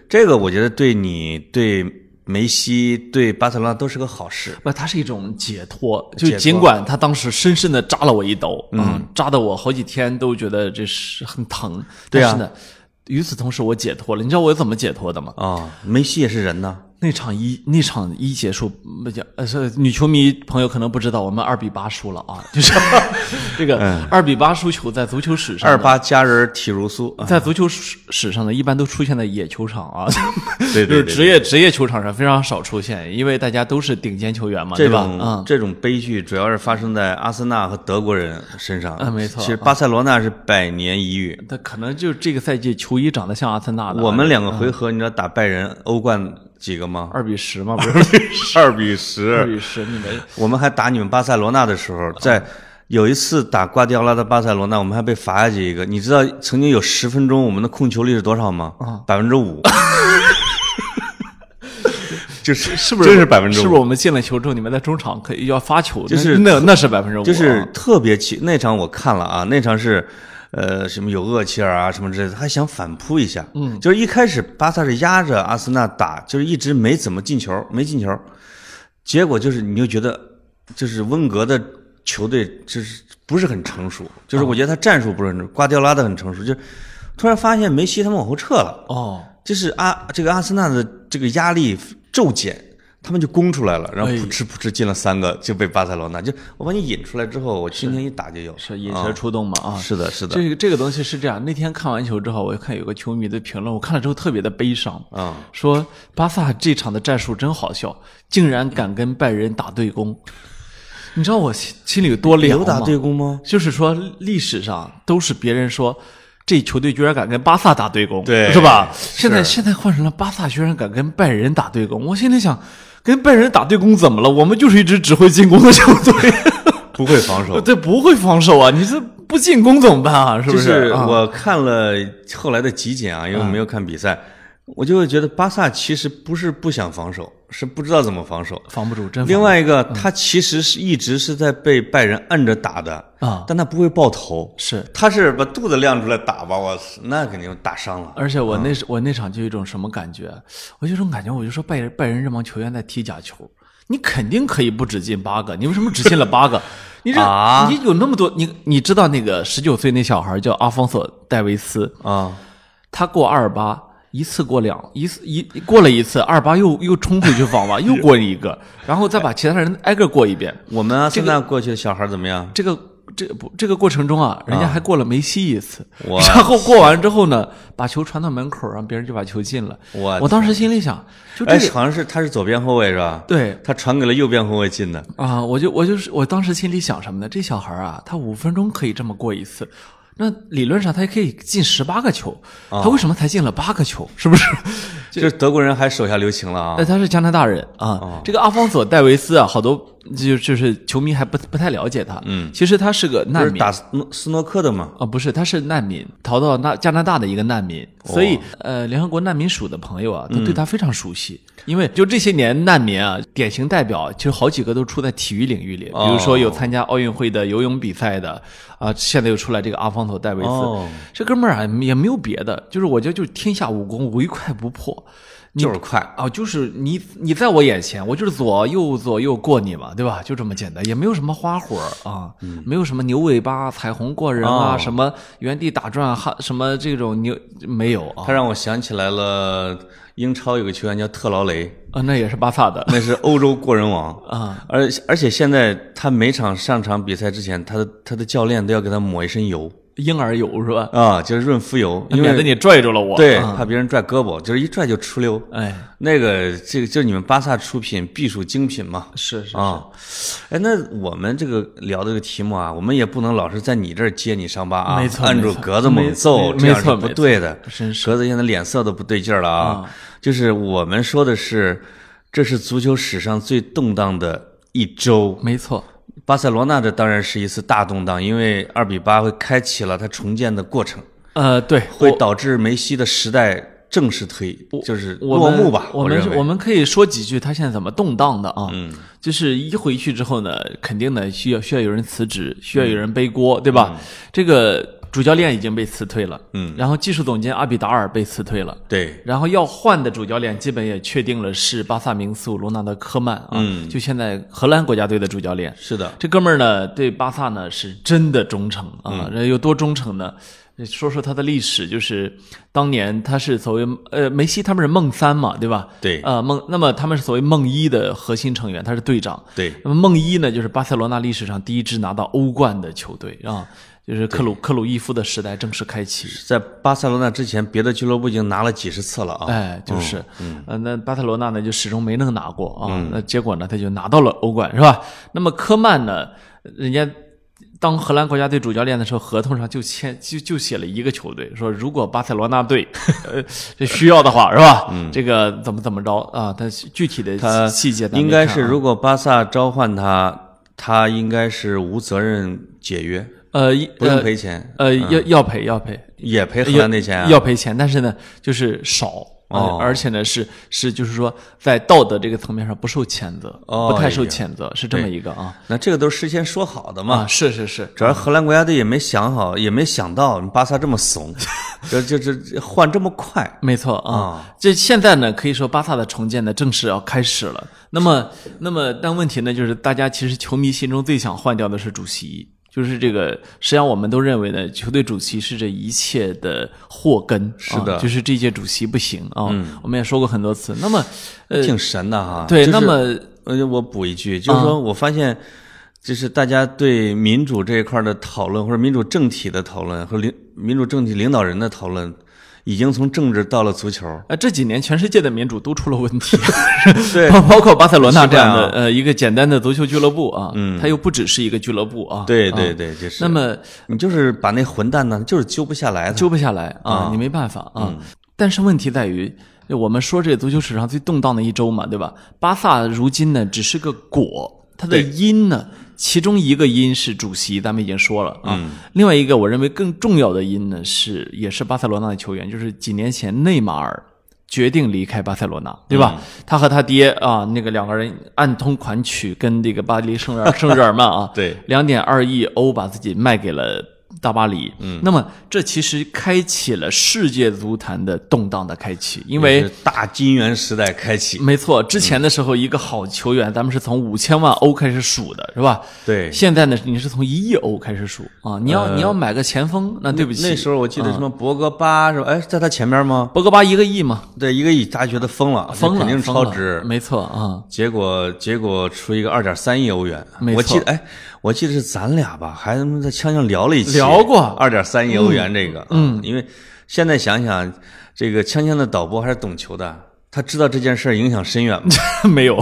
[SPEAKER 1] 这个我觉得对你、对梅西、对巴塞罗那都是个好事。
[SPEAKER 2] 不，它是一种解脱。就
[SPEAKER 1] 解脱
[SPEAKER 2] 尽管他当时深深的扎了我一刀，嗯，扎的我好几天都觉得这是很疼。
[SPEAKER 1] 对
[SPEAKER 2] 但
[SPEAKER 1] 啊
[SPEAKER 2] 是呢，与此同时我解脱了。你知道我怎么解脱的吗？
[SPEAKER 1] 啊、梅西也是人呐，
[SPEAKER 2] 那场一那场一结束，不讲呃是女球迷朋友可能不知道，我们二比八输了啊， 就是这个二比八输球在足球史上
[SPEAKER 1] 嗯二
[SPEAKER 2] 呢，
[SPEAKER 1] 八佳人体如酥啊，
[SPEAKER 2] 在足球史史上呢，一般都出现在野球场啊，
[SPEAKER 1] 对
[SPEAKER 2] 就
[SPEAKER 1] 对
[SPEAKER 2] 是职业职业球场上非常少出现，因为大家都是顶尖球员嘛，对
[SPEAKER 1] 这
[SPEAKER 2] 吧？
[SPEAKER 1] 种、
[SPEAKER 2] 嗯，
[SPEAKER 1] 这种悲剧主要是发生在阿森纳和德国人身上。
[SPEAKER 2] 啊没错
[SPEAKER 1] 其实巴塞罗那是百年一遇。
[SPEAKER 2] 他可能就这个赛季球衣长得像阿森纳的，
[SPEAKER 1] 我们两个回合，你知道打拜仁欧冠几个吗？
[SPEAKER 2] 二比十嘛，不是
[SPEAKER 1] 二比
[SPEAKER 2] 二
[SPEAKER 1] 十。
[SPEAKER 2] 比十，你们
[SPEAKER 1] 我们还打你们巴塞罗那的时
[SPEAKER 2] 啊
[SPEAKER 1] 候，在有一次打瓜迪奥拉的巴塞罗那，我们还被罚下去一个。你知道曾经有十分钟我们的控球率是多少吗？
[SPEAKER 2] 啊
[SPEAKER 1] 百分之五。 就是
[SPEAKER 2] 是不是
[SPEAKER 1] 真是百分之五？
[SPEAKER 2] 是不是我们进了球之后，你们在中场可以要发球，
[SPEAKER 1] 就是
[SPEAKER 2] 那那那是百分之五，啊
[SPEAKER 1] 就是特别气。那场我看了啊，那场是，呃，什么有厄齐尔啊什么之类的，他想反扑一下。嗯，就是一开始巴萨是压着阿森纳打，就是一直没怎么进球，没进球。结果就是你就觉得，就是温格的球队就是不是很成熟，就是我觉得他战术不是很成熟，瓜迪奥拉的很成熟，就是突然发现梅西他们往后撤了。
[SPEAKER 2] 哦，
[SPEAKER 1] 就是阿这个阿森纳的这个压力骤减，他们就攻出来了，然后
[SPEAKER 2] 哎
[SPEAKER 1] 扑哧扑哧进了三个，就被巴塞罗那就我把你引出来之后，我今天一打就有，
[SPEAKER 2] 是引蛇出洞嘛啊，
[SPEAKER 1] 是的，是的，
[SPEAKER 2] 这个这个东西是这样，那天看完球之后，我看有个球迷的评论，我看了之后特别的悲伤，
[SPEAKER 1] 啊、
[SPEAKER 2] 说巴萨这场的战术真好笑，竟然敢跟拜仁打对攻。你知道我心心里有多
[SPEAKER 1] 有
[SPEAKER 2] 凉吗？
[SPEAKER 1] 打对攻吗？
[SPEAKER 2] 就是说历史上都是别人说。这球队居然敢跟巴萨打对攻，
[SPEAKER 1] 对
[SPEAKER 2] 是吧？现在现在换成了巴萨居然敢跟拜仁打对攻，我心里想，跟拜仁打对攻怎么了？我们就是一支只会进攻的球 队，
[SPEAKER 1] 不会防守。
[SPEAKER 2] 对，不会防守啊！你这不进攻怎么办啊？是不？
[SPEAKER 1] 就是
[SPEAKER 2] 啊嗯
[SPEAKER 1] 我看了后来的集锦啊，因为我没有看比赛，我就会觉得巴萨其实不是不想防守，是不知道怎么防守。
[SPEAKER 2] 防嗯不住，真防
[SPEAKER 1] 另外一个，他其实是一直是在被拜仁按着打的
[SPEAKER 2] 啊
[SPEAKER 1] 但他不会爆头，
[SPEAKER 2] 是。
[SPEAKER 1] 他是把肚子亮出来打吧，我那肯定打伤了。
[SPEAKER 2] 而且我那时、我那场就有一种什么感觉，我就有一种感觉，我就说拜仁拜仁这帮球员在踢假球，你肯定可以不止进八个，你为什么只进了八个？你这、
[SPEAKER 1] 啊
[SPEAKER 2] 你有那么多，你你知道那个十九岁那小孩叫阿方索戴维斯，
[SPEAKER 1] 啊，
[SPEAKER 2] 他过二八。一次过两一次一过了一次二八又又冲回去防吧，又过一个，然后再把其他人挨个过一遍。
[SPEAKER 1] 我们阿森纳过去的小孩怎么样？
[SPEAKER 2] 这个这不这个过程中啊，人家还过了梅西一次，
[SPEAKER 1] 哇
[SPEAKER 2] 然后过完之后呢，把球传到门口，让别人就把球进了。
[SPEAKER 1] 我
[SPEAKER 2] 我当时心里想，就这
[SPEAKER 1] 哎，
[SPEAKER 2] 个、
[SPEAKER 1] 好像是他是左边后卫是吧？
[SPEAKER 2] 对
[SPEAKER 1] 他传给了右边后卫进的。
[SPEAKER 2] 啊，我就我就是我当时心里想什么呢？这小孩啊，他五分钟可以这么过一次。那理论上他也可以进十八个球，
[SPEAKER 1] 啊
[SPEAKER 2] 他为什么才进了八个球？是不是？
[SPEAKER 1] 就是德国人还手下留情了啊
[SPEAKER 2] 那！他是加拿大人啊。这个阿方索·戴维斯啊，好多就就是球迷还不不太了解他。嗯，其实他是个
[SPEAKER 1] 不
[SPEAKER 2] 难
[SPEAKER 1] 是
[SPEAKER 2] 民，
[SPEAKER 1] 打斯诺斯诺克的吗？
[SPEAKER 2] 啊、不是，他是难民，逃到那加拿大的一个难民，所以呃，联合国难民署的朋友啊，都对他非常熟悉，因为就这些年难民啊，典型代表其实好几个都出在体育领域里，比如说有参加奥运会的游泳比赛的，啊、现在又出来这个阿方索·戴维斯，
[SPEAKER 1] 哦
[SPEAKER 2] 这哥们儿啊也没有别的，就是我觉得就是天下武功唯快不破，你
[SPEAKER 1] 就是快
[SPEAKER 2] 啊、就是你你在我眼前，我就是左右左右过你嘛，对吧？就这么简单，也没有什么花活儿啊，没有什么牛尾巴、彩虹过人啊，
[SPEAKER 1] 嗯哦
[SPEAKER 2] 什么原地打转哈，什么这种牛没有啊？
[SPEAKER 1] 他让我想起来了，英超有个球员叫特劳雷，
[SPEAKER 2] 啊，那也是巴萨的
[SPEAKER 1] 那是欧洲过人王
[SPEAKER 2] 啊。
[SPEAKER 1] 而而且现在他每场上场比赛之前，他的他的教练都要给他抹一身油
[SPEAKER 2] 婴儿油是吧？
[SPEAKER 1] 啊，就是润肤油，因
[SPEAKER 2] 免得
[SPEAKER 1] 为
[SPEAKER 2] 你拽住了我。
[SPEAKER 1] 对
[SPEAKER 2] 啊
[SPEAKER 1] 怕别人拽胳膊，就是一拽就出溜。
[SPEAKER 2] 哎，
[SPEAKER 1] 那个这个就是你们巴萨出品必属精品嘛
[SPEAKER 2] 是是
[SPEAKER 1] 啊，哎，那我们这个聊的这个题目啊，我们也不能老是在你这儿揭你伤疤啊，
[SPEAKER 2] 没错
[SPEAKER 1] 按住
[SPEAKER 2] 没错
[SPEAKER 1] 格子猛揍，
[SPEAKER 2] 没
[SPEAKER 1] 这样
[SPEAKER 2] 没
[SPEAKER 1] 是
[SPEAKER 2] 错
[SPEAKER 1] 不对的。
[SPEAKER 2] 真
[SPEAKER 1] 格子现在脸色都不对劲儿了啊，就是我们说的是，这是足球史上最动荡的一周，
[SPEAKER 2] 没错，
[SPEAKER 1] 巴塞罗那这当然是一次大动荡，因为二比八会开启了它重建的过程，
[SPEAKER 2] 呃，对，
[SPEAKER 1] 会导致梅西的时代正式推，就是落幕吧。
[SPEAKER 2] 我
[SPEAKER 1] 认
[SPEAKER 2] 们
[SPEAKER 1] 为
[SPEAKER 2] 我们可以说几句他现在怎么动荡的啊？嗯，就是一回去之后呢，肯定呢需要需要有人辞职，需要有人背
[SPEAKER 1] 嗯
[SPEAKER 2] 锅，对吧？这个主教练已经被辞退了，嗯，然后技术总监阿比达尔被辞退了。
[SPEAKER 1] 对
[SPEAKER 2] 然后要换的主教练基本也确定了，是巴萨名宿罗纳德·科曼啊，
[SPEAKER 1] 嗯
[SPEAKER 2] 就现在荷兰国家队的主教练。
[SPEAKER 1] 是的，
[SPEAKER 2] 这哥们儿呢，对巴萨呢是真的忠诚啊，这有多忠诚呢？说说他的历史，就是当年他是所谓呃梅西他们是梦三嘛，对吧？
[SPEAKER 1] 对
[SPEAKER 2] 呃梦，那么他们是所谓梦一的核心成员，他是队长。
[SPEAKER 1] 对
[SPEAKER 2] 那么梦一呢，就是巴塞罗那历史上第一支拿到欧冠的球队啊，就是克鲁克鲁伊夫的时代正式开启。
[SPEAKER 1] 在巴塞罗那之前，别的俱乐部已经拿了几十次了啊。嗯
[SPEAKER 2] 哎，就是，呃，那巴塞罗那呢就始终没能拿过啊，那结果呢他就拿到了欧冠，是吧？那么科曼呢，人家当荷兰国家队主教练的时候，合同上就签就就写了一个球队，说如果巴塞罗那队 呃这需要的话，是吧？这个怎么怎么着啊？但是具体的
[SPEAKER 1] 嗯他
[SPEAKER 2] 细细节咱没
[SPEAKER 1] 呃应该
[SPEAKER 2] 看
[SPEAKER 1] 是，
[SPEAKER 2] 啊
[SPEAKER 1] 如果巴萨召唤他，他应该是无责任解约，
[SPEAKER 2] 呃一
[SPEAKER 1] 不用
[SPEAKER 2] 呃
[SPEAKER 1] 赔钱，
[SPEAKER 2] 呃要要赔要赔，
[SPEAKER 1] 也赔荷兰那钱啊。
[SPEAKER 2] 要赔钱，但是呢，就是少。呃
[SPEAKER 1] 哦
[SPEAKER 2] 而且呢，是是，就是说，在道德这个层面上不受谴责，
[SPEAKER 1] 哦
[SPEAKER 2] 不太受
[SPEAKER 1] 哎呀
[SPEAKER 2] 谴责，是这么一个啊
[SPEAKER 1] 那这个都是事先说好的嘛。
[SPEAKER 2] 啊，是是是，
[SPEAKER 1] 主要荷兰国家队也没想好，也没想到巴萨这么怂， 这这这换这么快。
[SPEAKER 2] 没错
[SPEAKER 1] 哦
[SPEAKER 2] 啊。这现在呢，可以说巴萨的重建呢正式要开始了。那么，那么，但问题呢，就是大家其实球迷心中最想换掉的是主席。就是这个，实际上我们都认为呢，球队主席是这一切的祸根，是
[SPEAKER 1] 的嗯
[SPEAKER 2] 就是这届主席不行啊、我们也说过很多次。那么，呃，
[SPEAKER 1] 挺神的哈。
[SPEAKER 2] 对，
[SPEAKER 1] 就是
[SPEAKER 2] 那么
[SPEAKER 1] 呃，我补一句，就是说我发现，就是大家对民主这一块的讨论，或者民主政体的讨论，和领民主政体领导人的讨论，已经从政治到了足球。
[SPEAKER 2] 呃，这几年全世界的民主都出了问题，
[SPEAKER 1] 对
[SPEAKER 2] 包包括巴塞罗那
[SPEAKER 1] 是这
[SPEAKER 2] 这样的
[SPEAKER 1] 样啊
[SPEAKER 2] 呃一个简单的足球俱乐部啊，嗯，它又不只是一个俱乐部啊，
[SPEAKER 1] 对
[SPEAKER 2] 啊
[SPEAKER 1] 对对，就是。
[SPEAKER 2] 那么
[SPEAKER 1] 你就是把那混蛋呢，就是揪不下来的。
[SPEAKER 2] 啊
[SPEAKER 1] 嗯
[SPEAKER 2] 揪不下来啊，你没办法啊。但是问题在于，我们说这个足球史上最动荡的一周嘛，对吧？巴萨如今呢只是个果，它的
[SPEAKER 1] 对
[SPEAKER 2] 因呢，其中一个因是主席，咱们已经说了啊。
[SPEAKER 1] 嗯
[SPEAKER 2] 另外一个我认为更重要的因呢是，也是巴塞罗那的球员，就是几年前内马尔。决定离开巴塞罗那，对吧？
[SPEAKER 1] 嗯
[SPEAKER 2] 他和他爹啊，那个两个人暗通款曲，跟这个巴黎圣日耳圣日耳 曼啊，
[SPEAKER 1] 对
[SPEAKER 2] 两点二亿欧把自己卖给了大巴黎。嗯，那么这其实开启了世界足坛的动荡的开启，因为
[SPEAKER 1] 是大金元时代开启，
[SPEAKER 2] 没错，之前的时候一个好球员，咱们是从五千万欧开始数的，是吧？
[SPEAKER 1] 对呃
[SPEAKER 2] 现在呢，你是从一亿欧开始数啊！你要、你要买个前锋，那对不起，
[SPEAKER 1] 那时候我记得什么博格巴是吧？哎，在他前面吗？
[SPEAKER 2] 博格巴一个亿嘛，
[SPEAKER 1] 对，一个亿，大家觉得疯了，
[SPEAKER 2] 疯了，
[SPEAKER 1] 肯定是
[SPEAKER 2] 疯了
[SPEAKER 1] 超值。
[SPEAKER 2] 没错 啊。
[SPEAKER 1] 结果结果出一个二点三亿欧元，
[SPEAKER 2] 没错
[SPEAKER 1] 我记得哎，我记得是咱俩吧，还他妈在锵锵聊了一期，
[SPEAKER 2] 聊过
[SPEAKER 1] 二点三亿欧元这个，嗯，因为现在想想，这个锵锵的导播还是懂球的，他知道这件事儿影响深远 嘛，
[SPEAKER 2] 没有，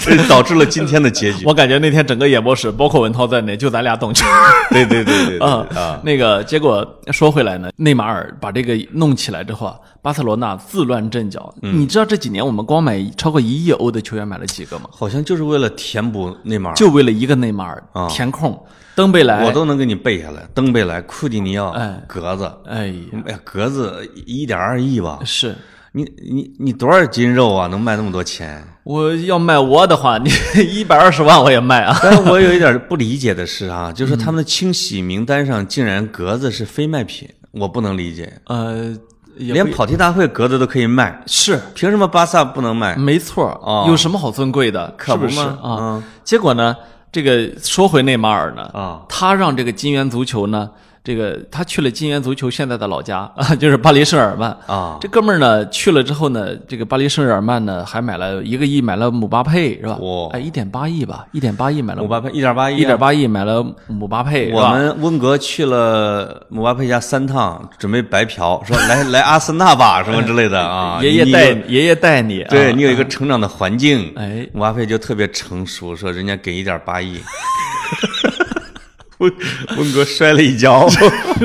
[SPEAKER 1] 这导致了今天的结局。
[SPEAKER 2] 我感觉那天整个演播室，包括文涛在内，就咱俩懂球。
[SPEAKER 1] 对对对对对对
[SPEAKER 2] 啊、
[SPEAKER 1] 啊，
[SPEAKER 2] 那个结果说回来呢，内马尔把这个弄起来之后啊，巴塞罗那自乱阵脚。你
[SPEAKER 1] 嗯
[SPEAKER 2] 知道这几年我们光买超过一亿欧的球员买了几个吗？
[SPEAKER 1] 好像就是为了填补内马尔，
[SPEAKER 2] 就为了一个内马尔、填空，登贝莱，
[SPEAKER 1] 啊我都能给你背下来，登贝莱、库蒂尼奥、
[SPEAKER 2] 哎
[SPEAKER 1] 格子，
[SPEAKER 2] 哎呀
[SPEAKER 1] 哎呀，格子一点二亿吧，
[SPEAKER 2] 是。
[SPEAKER 1] 你你你多少斤肉啊，能卖那么多钱？
[SPEAKER 2] 我要卖我的话，你 一百二十万我也卖啊！
[SPEAKER 1] 但是我有一点不理解的是啊，就是他们的清洗名单上竟然格子是非卖品，我不能理解。
[SPEAKER 2] 呃，也
[SPEAKER 1] 连
[SPEAKER 2] 不
[SPEAKER 1] 跑题大会格子都可以卖，
[SPEAKER 2] 是
[SPEAKER 1] 凭什么巴萨不能卖？
[SPEAKER 2] 没错儿
[SPEAKER 1] 哦
[SPEAKER 2] 有什么好尊贵的？
[SPEAKER 1] 可
[SPEAKER 2] 是不
[SPEAKER 1] 不
[SPEAKER 2] 是
[SPEAKER 1] 嘛嗯
[SPEAKER 2] 啊？结果呢，这个说回内马尔呢，
[SPEAKER 1] 啊
[SPEAKER 2] 他让这个金元足球呢，这个他去了金元足球现在的老家 啊，就是巴黎圣日耳曼
[SPEAKER 1] 啊
[SPEAKER 2] 这哥们儿呢去了之后呢，这个巴黎圣日耳曼呢还买了一个亿，买了姆巴佩是吧？
[SPEAKER 1] 哇
[SPEAKER 2] 哎，一点八亿吧，一点八亿买了
[SPEAKER 1] 姆巴佩一点八亿，
[SPEAKER 2] 一啊点。八亿买了姆巴佩，是
[SPEAKER 1] 我
[SPEAKER 2] 吧
[SPEAKER 1] 们温格去了姆巴佩家三趟，准备白嫖，说来 来阿森纳吧，什么之类的啊。
[SPEAKER 2] 哎爷爷
[SPEAKER 1] 你
[SPEAKER 2] 带
[SPEAKER 1] 有，
[SPEAKER 2] 爷爷带你，
[SPEAKER 1] 对
[SPEAKER 2] 啊
[SPEAKER 1] 你有一个成长的环境。
[SPEAKER 2] 哎
[SPEAKER 1] 姆巴佩就特别成熟，说人家给一点八 亿，温温格摔了一跤，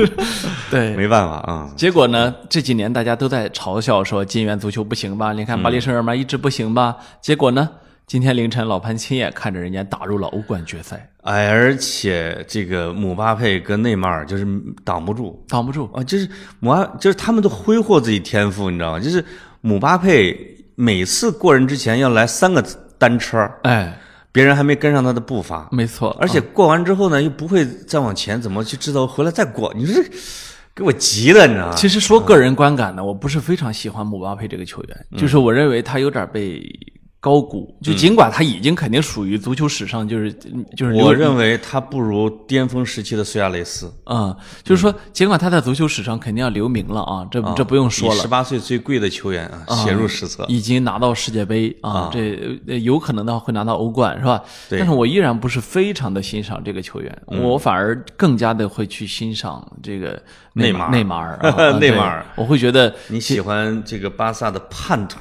[SPEAKER 2] 对。
[SPEAKER 1] 没办法啊。
[SPEAKER 2] 结果呢，这几年大家都在嘲笑说金元足球不行吧？你看巴
[SPEAKER 1] 嗯
[SPEAKER 2] 黎圣日耳曼一直不行吧？结果呢，今天凌晨老潘亲眼看着人家打入了欧冠决赛，
[SPEAKER 1] 哎，而且这个姆巴佩跟内马尔就是挡不住
[SPEAKER 2] 挡不住。
[SPEAKER 1] 啊，就是姆巴，就是他们都挥霍自己天赋，你知道吗？就是姆巴佩每次过人之前要来三个单车儿，
[SPEAKER 2] 哎，
[SPEAKER 1] 别人还没跟上他的步伐，
[SPEAKER 2] 没错，
[SPEAKER 1] 而且过完之后呢，又不会再往前，怎么去制造回来再过？你说这给我急的，你知道吗？
[SPEAKER 2] 其实说个人观感呢，我不是非常喜欢姆巴佩这个球
[SPEAKER 1] 嗯
[SPEAKER 2] 员，就是我认为他有点被高估。就尽管他已经肯定属于足球史上就是就是
[SPEAKER 1] 我认为他不如巅峰时期的苏亚雷斯，
[SPEAKER 2] 啊、就是说尽管他在足球史上肯定要留名了啊，这
[SPEAKER 1] 嗯
[SPEAKER 2] 这不用说了
[SPEAKER 1] 十。八岁最贵的球员啊，写入史册。
[SPEAKER 2] 已经拿到世界杯啊，这呃有可能的话会拿到欧冠是吧？
[SPEAKER 1] 对嗯
[SPEAKER 2] 但是我依然不是非常的欣赏这个球员，我反而更加的会去欣赏这个
[SPEAKER 1] 内马尔
[SPEAKER 2] 内马尔 啊
[SPEAKER 1] 内马尔，
[SPEAKER 2] 对我会觉得
[SPEAKER 1] 你喜欢这个巴萨的叛徒？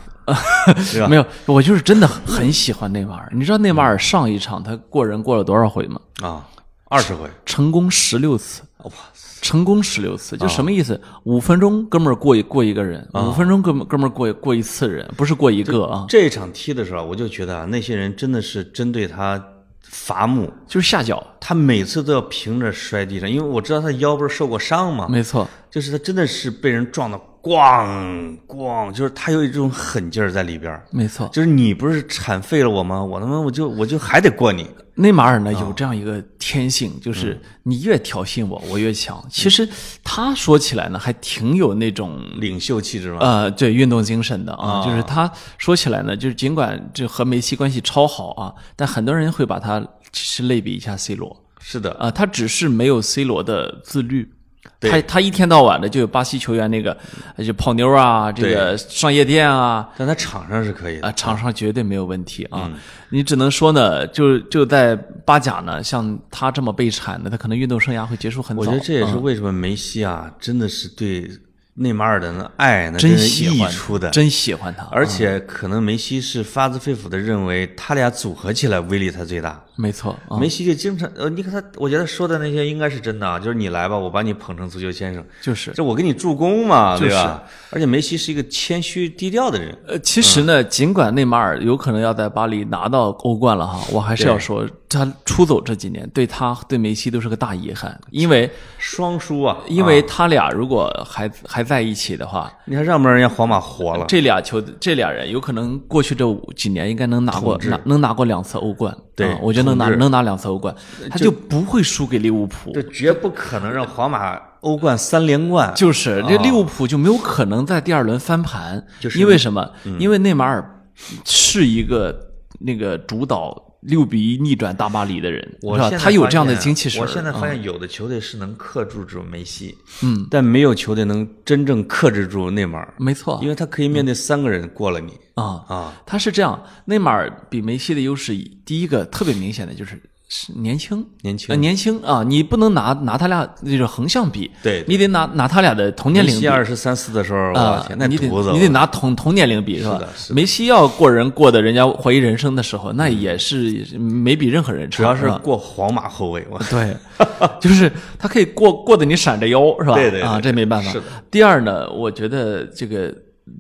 [SPEAKER 1] 对吧
[SPEAKER 2] 没有，我就是真的很喜欢内马尔。你知道内马尔上一场他过人过了多少回吗？
[SPEAKER 1] 啊，二十回，
[SPEAKER 2] 成功十六次。
[SPEAKER 1] 哇，
[SPEAKER 2] 成功十六
[SPEAKER 1] 啊
[SPEAKER 2] 次，就什么意思？五分钟哥们儿过一过一个人，五分钟哥们儿哥们儿过一过一次人，不是过一个啊，
[SPEAKER 1] 这一场踢的时候，我就觉得啊，那些人真的是针对他伐木，
[SPEAKER 2] 就是下脚，
[SPEAKER 1] 他每次都要平着摔地上，因为我知道他腰不是受过伤嘛，
[SPEAKER 2] 没错。
[SPEAKER 1] 就是他真的是被人撞的咣咣，就是他有一种狠劲儿在里边儿。
[SPEAKER 2] 没错，
[SPEAKER 1] 就是你不是铲废了我吗？我他妈我就我就还得过你，
[SPEAKER 2] 内马尔呢有这样一个天性，就是你越挑衅我，我越强。其实他说起来呢，还挺有那种。
[SPEAKER 1] 领袖气质嘛。
[SPEAKER 2] 呃，对运动精神的啊，就是他说起来呢，就是尽管这和梅西关系超好啊，但很多人会把他其实类比一下 C 罗
[SPEAKER 1] 是的，
[SPEAKER 2] 啊、他只是没有 C 罗的自律，
[SPEAKER 1] 对
[SPEAKER 2] 他他一天到晚的就有巴西球员那个呃就泡妞啊，这个上夜店啊，
[SPEAKER 1] 但他场上是可以的。
[SPEAKER 2] 啊，场上绝对没有问题啊！
[SPEAKER 1] 嗯
[SPEAKER 2] 你只能说呢，就就在巴甲呢，像他这么被铲的，他可能运动生涯会结束很早。
[SPEAKER 1] 我觉得这也是为什么梅西啊，真的是对内马尔的那爱那
[SPEAKER 2] 真
[SPEAKER 1] 是
[SPEAKER 2] 喜
[SPEAKER 1] 溢
[SPEAKER 2] 欢
[SPEAKER 1] 出的，
[SPEAKER 2] 真喜欢他，
[SPEAKER 1] 而且可能梅西是发自肺腑的认为他俩组合起来威力才最大，
[SPEAKER 2] 没错，啊
[SPEAKER 1] 梅西就经常呃，你看他，我觉得说的那些应该是真的啊，就是你来吧，我把你捧成足球先生，
[SPEAKER 2] 就是
[SPEAKER 1] 这我给你助攻嘛，
[SPEAKER 2] 就是
[SPEAKER 1] 对吧？而且梅西是一个谦虚低调的人，
[SPEAKER 2] 呃，其实
[SPEAKER 1] 嗯
[SPEAKER 2] 呢，尽管内马尔有可能要在巴黎拿到欧冠了哈，我还是要说，他出走这几年对他对梅西都是个大遗憾，因为
[SPEAKER 1] 双输啊，
[SPEAKER 2] 因为他俩如果还还在一起的话，
[SPEAKER 1] 你看让不让人家皇马活了？
[SPEAKER 2] 这俩球这俩人有可能过去这五几年应该能拿过拿能拿过两次欧冠，
[SPEAKER 1] 对呃
[SPEAKER 2] 啊我觉得能拿
[SPEAKER 1] 统治
[SPEAKER 2] 能拿两次欧冠，他就不会输给利物浦
[SPEAKER 1] 这。绝不可能让皇马欧冠三连冠，
[SPEAKER 2] 就是这利物浦就没有可能在第二轮翻盘，
[SPEAKER 1] 啊就是嗯
[SPEAKER 2] 因为什么？因为内马尔是一个那个主导六比一逆转大巴黎的人，
[SPEAKER 1] 我
[SPEAKER 2] 是吧？
[SPEAKER 1] 现在
[SPEAKER 2] 他有
[SPEAKER 1] 发
[SPEAKER 2] 这样的
[SPEAKER 1] 现啊
[SPEAKER 2] 精气神儿。
[SPEAKER 1] 我现在发
[SPEAKER 2] 嗯
[SPEAKER 1] 现有的球队是能克制住梅西，嗯，但没有球队能真正克制住内马尔，
[SPEAKER 2] 没错
[SPEAKER 1] 因为他可以面对三个人过了你
[SPEAKER 2] 啊，
[SPEAKER 1] 啊。
[SPEAKER 2] 他是这样，内马尔比梅西的优势，第一个特别明显的就是是年轻，
[SPEAKER 1] 年轻
[SPEAKER 2] 呃年轻啊，你不能拿拿他俩就是横向比，
[SPEAKER 1] 对对
[SPEAKER 2] 你得拿拿他俩的同年
[SPEAKER 1] 梅
[SPEAKER 2] 龄
[SPEAKER 1] 西
[SPEAKER 2] 比。
[SPEAKER 1] 二十三四的时候，我
[SPEAKER 2] 啊
[SPEAKER 1] 天，，那
[SPEAKER 2] 你得
[SPEAKER 1] 犊子，
[SPEAKER 2] 你得拿同同年龄比是吧？
[SPEAKER 1] 的是
[SPEAKER 2] 梅西要过人过的人家怀疑人生的时候，那也是没比任何人差。
[SPEAKER 1] 主要是
[SPEAKER 2] 吧
[SPEAKER 1] 过皇马后卫，我
[SPEAKER 2] 对， 就是他可以过过得你闪着腰是吧？
[SPEAKER 1] 对对对
[SPEAKER 2] 啊，这没办法。
[SPEAKER 1] 是的
[SPEAKER 2] 第二呢，我觉得这个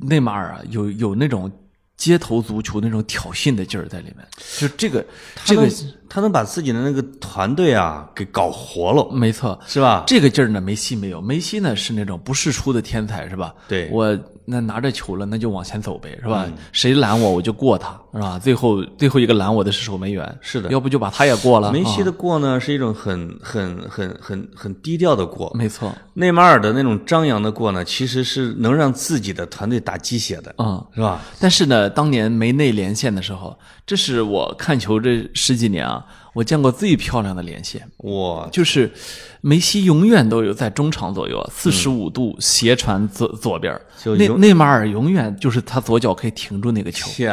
[SPEAKER 2] 内马尔啊，有有那种街头足球那种挑衅的劲儿在里面，就这个这
[SPEAKER 1] 他
[SPEAKER 2] 个
[SPEAKER 1] 能他能把自己的那个团队啊给搞活了，
[SPEAKER 2] 没错。
[SPEAKER 1] 是吧？
[SPEAKER 2] 嗯这个劲儿呢，梅西没有。梅西呢是那种不世出的天才，是吧？
[SPEAKER 1] 对嗯
[SPEAKER 2] 我那拿着球了，那就往前走呗，是吧？谁拦我，我就过他，是吧？最后最后一个拦我的是守门员，
[SPEAKER 1] 是的
[SPEAKER 2] 要不就把他也过了。
[SPEAKER 1] 梅西
[SPEAKER 2] 啊
[SPEAKER 1] 的过呢是一种很很很很很低调的过，
[SPEAKER 2] 啊没错，
[SPEAKER 1] 内马尔的那种张扬的过呢，其实是能让自己的团队打鸡血的，
[SPEAKER 2] 嗯，
[SPEAKER 1] 是吧？
[SPEAKER 2] 但是呢，当年梅内连线的时候，这是我看球这十几年啊，我见过最漂亮的连线，
[SPEAKER 1] 我
[SPEAKER 2] 就是梅西永远都有在中场左右啊，四十五度斜传左左边儿，
[SPEAKER 1] 就
[SPEAKER 2] 内
[SPEAKER 1] 永
[SPEAKER 2] 内马尔永远就是他左脚可以停住那个球，
[SPEAKER 1] 天